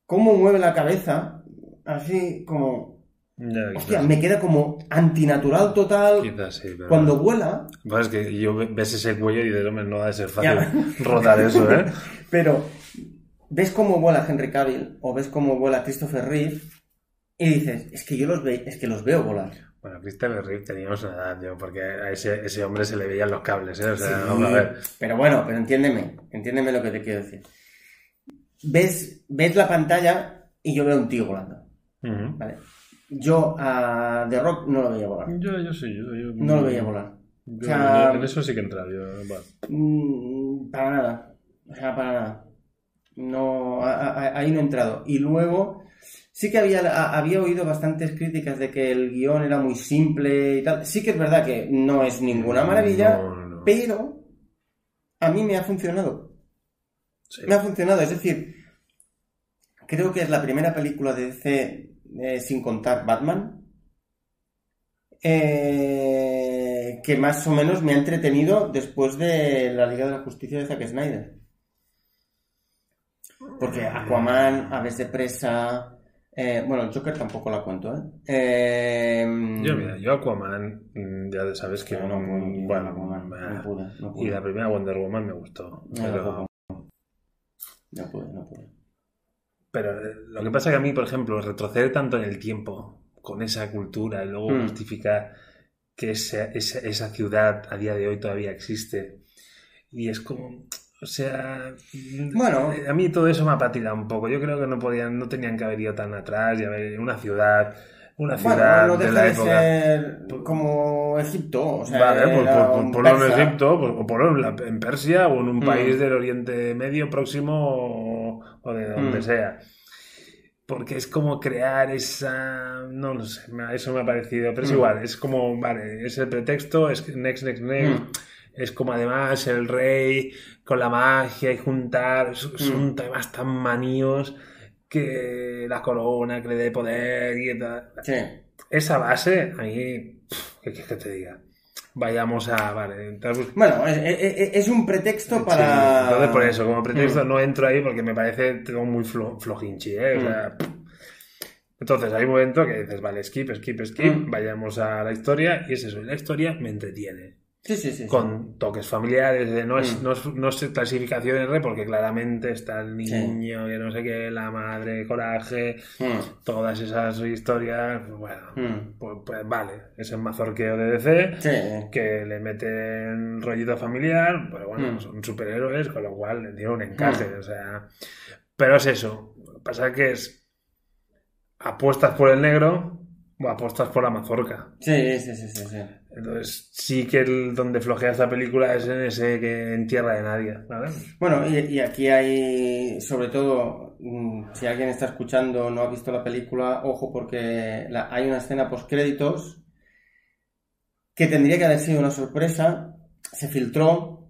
S2: Cómo mueve la cabeza, así como...
S1: Ya,
S2: Hostia,
S1: quizás,
S2: me queda como antinatural total.
S1: quizás sí, pero...
S2: Cuando vuela,
S1: Pues es que yo ve- ves ese cuello y dices, hombre, no ha de ser fácil
S2: Ya.
S1: rotar eso, ¿eh?
S2: Pero ves cómo vuela Henry Cavill o ves cómo vuela Christopher Reeve y dices, es que yo los, ve, es que los veo volar.
S1: Bueno, Christopher Reeve teníamos una edad, tío, porque a ese, ese hombre se le veían los cables, ¿eh? O sea,
S2: Sí,
S1: vamos a ver.
S2: Pero bueno, pero entiéndeme, entiéndeme lo que te quiero decir. Ves, ves la pantalla y yo veo un tío volando,
S1: Ujú.
S2: ¿vale? Yo a The Rock no lo veía volar.
S1: Yo, yo sí, yo, yo-
S2: No lo veía volar.
S1: Yo-
S2: O sea-
S1: yo en eso sí que entra, yo, bueno.
S2: Mm, Para nada. O sea, para nada. No, a- a- ahí no he entrado. Y luego, sí que había, a- había oído bastantes críticas de que el guión era muy simple y tal. Sí que es verdad que no es ninguna maravilla,
S1: No, no.
S2: pero a mí me ha funcionado.
S1: Sí.
S2: Me ha funcionado. Es decir, creo que es la primera película de DC eh, sin contar Batman eh, que más o menos me ha entretenido después de la Liga de la Justicia de Zack Snyder. Porque Aquaman, Aves de Presa. eh, bueno, Joker tampoco la cuento, ¿eh? Eh,
S1: Yo, mira, yo Aquaman, mm, ya sabes que...
S2: no, no,
S1: mm,
S2: no,
S1: bueno,
S2: Aquaman,
S1: bah.
S2: no pude, no pude.
S1: y la primera Wonder Woman me gustó.
S2: No,
S1: pero...
S2: tampoco. No pude, no pude.
S1: Pero eh, lo que pasa que a mí, por ejemplo, retroceder tanto en el tiempo con esa cultura y luego
S2: Mm.
S1: justificar que esa, esa- esa ciudad a día de hoy todavía existe. Y es como, o sea, eh,
S2: Bueno.
S1: a mí todo eso me ha patinado un poco. Yo creo que no podían, no tenían que haber ido tan atrás y haber una ciudad, una ciudad
S2: Bueno, no
S1: de
S2: deja
S1: la
S2: de
S1: época.
S2: ser como Egipto. O sea,
S1: Vale, pues,
S2: era
S1: por, por-
S2: un
S1: ponlo en
S2: persa.
S1: Egipto, por- o ponlo en, la- en Persia, o en un
S2: Mm.
S1: país del Oriente Medio próximo, o, o de donde
S2: Mm.
S1: sea. Porque es como crear esa. No lo sé, me ha- eso me ha parecido. Pero es
S2: Mm.
S1: igual, es como, vale, es el pretexto, es que next, next, next.
S2: Mm.
S1: Es como además el rey con la magia y juntar. es- Son
S2: Mm.
S1: temas tan maníos que la corona que le dé poder y tal
S2: Sí.
S1: esa base, a mí, pf, ¿qué quieres que te diga? Vayamos a, vale, te has bus-
S2: Bueno, es, es- es un pretexto
S1: Sí,
S2: para. Mm.
S1: entonces por eso, como pretexto no entro ahí porque me parece todo muy flo- flojinchi, ¿eh? O sea, pf.
S2: Mm.
S1: entonces hay un momento que dices, vale, skip, skip, skip,
S2: Mm.
S1: vayamos a la historia y es eso, y la historia me entretiene.
S2: Sí, sí, sí. sí.
S1: Con toques familiares, de no es,
S2: Mm.
S1: no es, no es clasificación R porque claramente está el niño que no sé qué, la madre, coraje,
S2: Mm,
S1: todas esas historias, bueno,
S2: mm.
S1: pues, pues vale, es el mazorqueo de DC,
S2: Sí.
S1: que le meten rollito familiar, pero bueno,
S2: Mm.
S1: son superhéroes, con lo cual le dieron un
S2: Hmm.
S1: encaje, o sea... Pero es eso, lo que pasa que es apuestas por el negro o apuestas por la mazorca.
S2: Sí, sí, sí, sí, sí.
S1: Entonces sí que el, donde flojea esta película es en ese que en tierra de nadie, ¿vale?
S2: Bueno, y, y aquí hay, sobre todo, mm, si alguien está escuchando o no ha visto la película, ojo porque la- hay una escena post-créditos que tendría que haber sido una sorpresa, se filtró,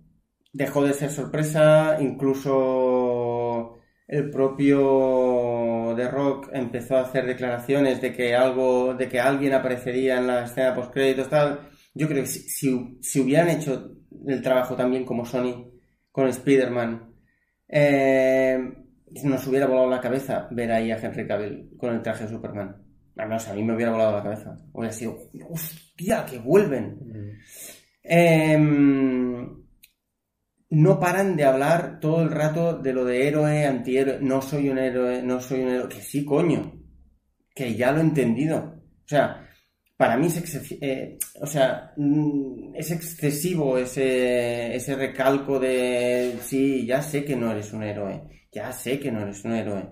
S2: dejó de ser sorpresa, incluso el propio The Rock empezó a hacer declaraciones de que algo, de que alguien aparecería en la escena post-créditos, tal. Yo creo que si, si- si hubieran hecho el trabajo también como Sony con Spider-Man, eh, nos hubiera volado la cabeza ver ahí a Henry Cavill con el traje de Superman. Al menos a mí me hubiera volado la cabeza. Hubiera sido, hostia, que vuelven. Em, no paran de hablar todo el rato de lo de héroe, antihéroe, no soy un héroe, no soy un héroe, que sí, coño, que ya lo he entendido. O sea, para mí es, ex- eh, o sea, mm, es excesivo ese, ese recalco de, sí, ya sé que no eres un héroe, ya sé que no eres un héroe,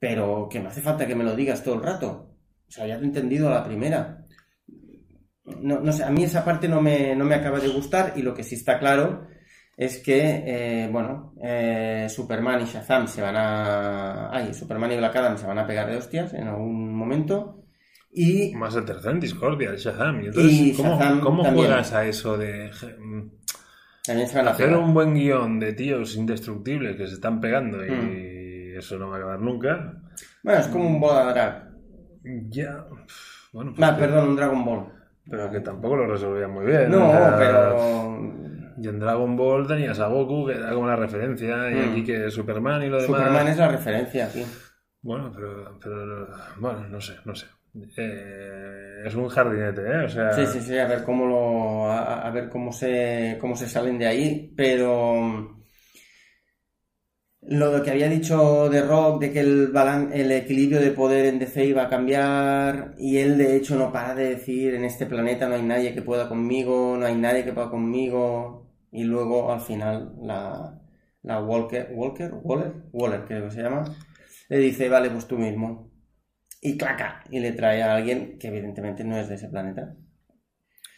S2: pero que no hace falta que me lo digas todo el rato. O sea, ya te he entendido a la primera. No, no sé, a mí esa parte no me, no me acaba de gustar y lo que sí está claro es que, eh, bueno, eh, Superman y Shazam se van a... Ay, Superman y Black Adam se van a pegar de hostias en algún momento. Y
S1: Más el tercero en Discordia, el Shazam. Y entonces,
S2: Y
S1: ¿cómo,
S2: Shazam
S1: cómo
S2: también.
S1: juegas a eso de je, mm,
S2: También se van a
S1: hacer
S2: pegar.
S1: un buen guión de tíos indestructibles que se están pegando
S2: Mm.
S1: y eso no va a acabar nunca?
S2: Bueno, es como un boda drag.
S1: Ya. pf, Bueno, pues
S2: Ah,
S1: que-
S2: perdón, un Dragon Ball.
S1: Pero que tampoco lo resolvían muy bien.
S2: No,
S1: o sea,
S2: pero.
S1: Y en Dragon Ball tenías a Goku, que era como la referencia, y
S2: Mm.
S1: aquí que Superman y lo demás.
S2: Superman es la referencia aquí.
S1: Bueno, pero, pero. Bueno, no sé, no sé. Eh, es un jardinete, ¿eh? O sea.
S2: Sí, sí, sí, a ver cómo lo. A, a ver cómo se. cómo se salen de ahí. Pero. mm, Lo que había dicho de Rock, de que el, balan- el equilibrio de poder en DC iba a cambiar, y él de hecho no para de decir, en este planeta no hay nadie que pueda conmigo, no hay nadie que pueda conmigo, y luego al final la, la Walker, Walker, Waller, Waller creo que se llama, le dice, vale, pues tú mismo. Y claca, y le trae a alguien que evidentemente no es de ese planeta.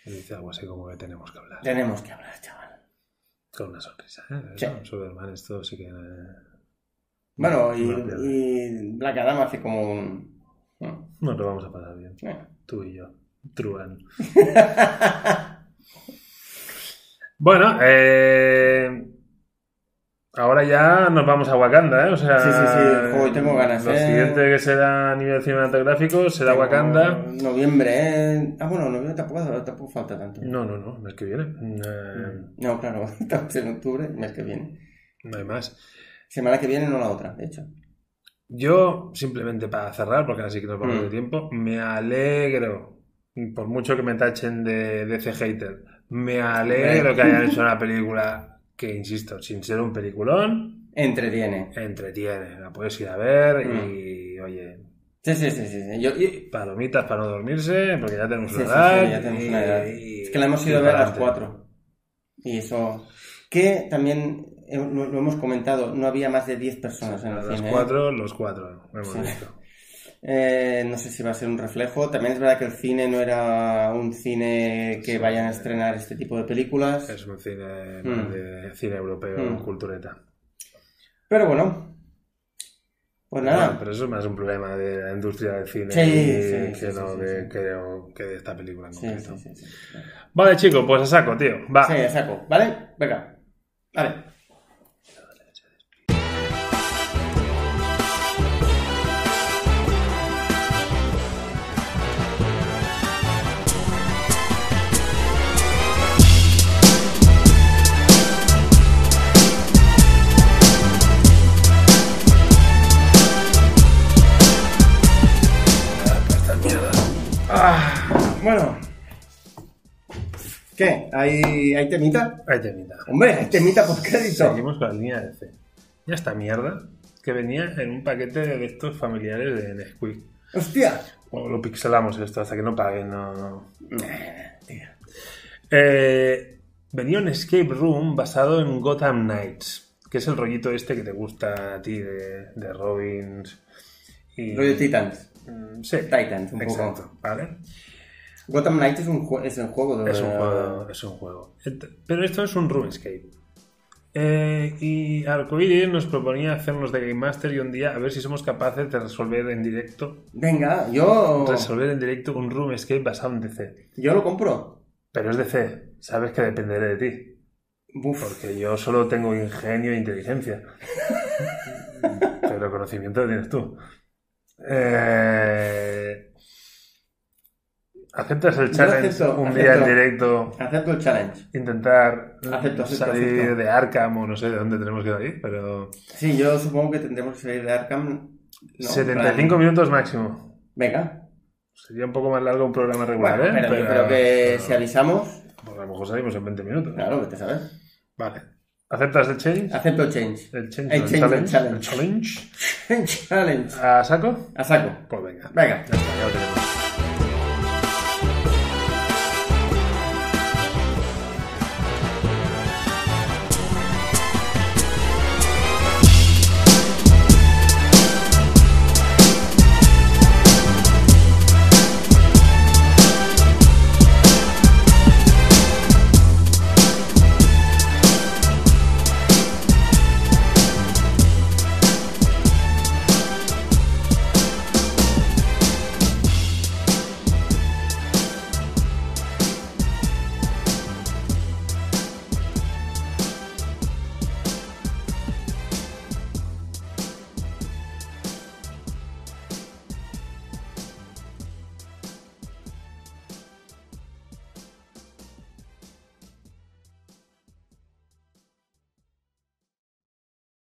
S1: Y dice algo así como que tenemos que hablar.
S2: Tenemos que hablar, chaval.
S1: Con una sonrisa, ¿eh?
S2: Sí.
S1: Eso, Superman, esto sí que. eh,
S2: Bueno, y,
S1: una piedra.
S2: y Black Adam hace como un... bueno,
S1: Nos lo vamos a pasar bien,
S2: bueno.
S1: tú y yo. Truan. Bueno, eh, ahora ya nos vamos a Wakanda, ¿eh? O sea,
S2: Sí, sí, sí, joder, tengo ganas,
S1: Lo
S2: ¿eh?
S1: siguiente que será a nivel cinematográfico será
S2: Tengo
S1: Wakanda.
S2: Noviembre, ¿eh? Ah, bueno, noviembre tampoco, tampoco falta tanto.
S1: No, no, no, mes que viene. Eh,
S2: No, claro, estamos en octubre, mes que viene.
S1: no hay más.
S2: Semana que viene, no la otra, de hecho.
S1: Yo, simplemente para cerrar, porque así que nos vamos
S2: Mm.
S1: de tiempo, me alegro, por mucho que me tachen de DC Hater, me alegro que hayan hecho una película que, insisto, sin ser un peliculón,
S2: Entretiene.
S1: entretiene, la puedes ir a ver
S2: Mm.
S1: y, oye,
S2: Sí, sí, sí, sí. sí. Yo, y-
S1: palomitas para no dormirse, porque ya tenemos
S2: sí,
S1: una
S2: sí, sí,
S1: edad.
S2: ya tenemos
S1: y-
S2: una edad.
S1: y-
S2: Es que la hemos ido
S1: y
S2: a ver a las
S1: pa'lante.
S2: 4. Y eso... Que también eh, lo, lo hemos comentado, no había más de 10 personas en
S1: A
S2: el
S1: las
S2: cine. ¿eh?
S1: cuatro, los cuatro, hemos
S2: Sí.
S1: visto.
S2: Eh, no sé si va a ser un reflejo. También es verdad que el cine no era un cine que
S1: Sí.
S2: vayan a estrenar este tipo de películas.
S1: Es un cine,
S2: Mm.
S1: de cine europeo,
S2: Mm.
S1: cultureta.
S2: Pero bueno. Pues nada.
S1: Bueno, pero eso es más un problema de la industria del cine
S2: Sí,
S1: y-
S2: sí, sí,
S1: que
S2: sí,
S1: no
S2: sí,
S1: de,
S2: sí.
S1: creo que de esta película en
S2: Sí,
S1: concreto.
S2: sí, sí, sí.
S1: Vale, chicos, pues a saco, tío. Va.
S2: Sí, a saco. ¿Vale? Venga. Vale. Ah, bueno. ¿Qué? ¿Hay, hay temita?
S1: Ahí te mira.
S2: Hombre, hay temita por crédito.
S1: Seguimos con la línea de C. Ya esta mierda que venía en un paquete de estos familiares de Nesquik.
S2: Hostia.
S1: O lo pixelamos esto hasta que no paguen. No, no.
S2: tío.
S1: Eh, venía un escape room basado en Gotham Knights, que es el rollito este que te gusta a ti de, de Robins. Y,
S2: Rollo Titans.
S1: Mm, Sí,
S2: Titans, un
S1: exacto,
S2: poco.
S1: ¿vale?
S2: Gotham Knight es un, jue- es un juego de...
S1: Es un juego, es un juego. Ent- Pero esto es un RuneScape. Eh, y Arcoiris nos proponía hacernos de Game Master y un día a ver si somos capaces de resolver en directo
S2: Venga, yo...
S1: resolver en directo un RuneScape basado en DC.
S2: Yo lo compro.
S1: Pero es DC, sabes que dependeré de ti,
S2: Uf.
S1: porque yo solo tengo ingenio e inteligencia. Pero conocimiento lo tienes tú. Eh, ¿Aceptas el
S2: Yo
S1: challenge
S2: acepto,
S1: un día en
S2: acepto.
S1: directo
S2: Acepto el challenge.
S1: intentar
S2: Ah, Acepto, acepto,
S1: salir
S2: acepto.
S1: de Arkham o no sé de dónde tenemos que salir, pero
S2: Sí, yo supongo que tendremos que salir de Arkham. No,
S1: 75
S2: en plan-
S1: minutos máximo.
S2: Venga.
S1: Sería un poco más largo un programa regular, ¿eh?
S2: Bueno, pero yo creo que
S1: pero-
S2: si avisamos...
S1: pues a lo mejor salimos en 20 minutos.
S2: Claro, vete a saber.
S1: Vale. ¿Aceptas el change?
S2: Acepto el change.
S1: El change,
S2: El
S1: no, el
S2: change,
S1: challenge,
S2: el challenge.
S1: el challenge.
S2: Challenge.
S1: ¿A saco?
S2: A saco.
S1: Pues venga.
S2: Venga.
S1: Ya está, ya lo tenemos.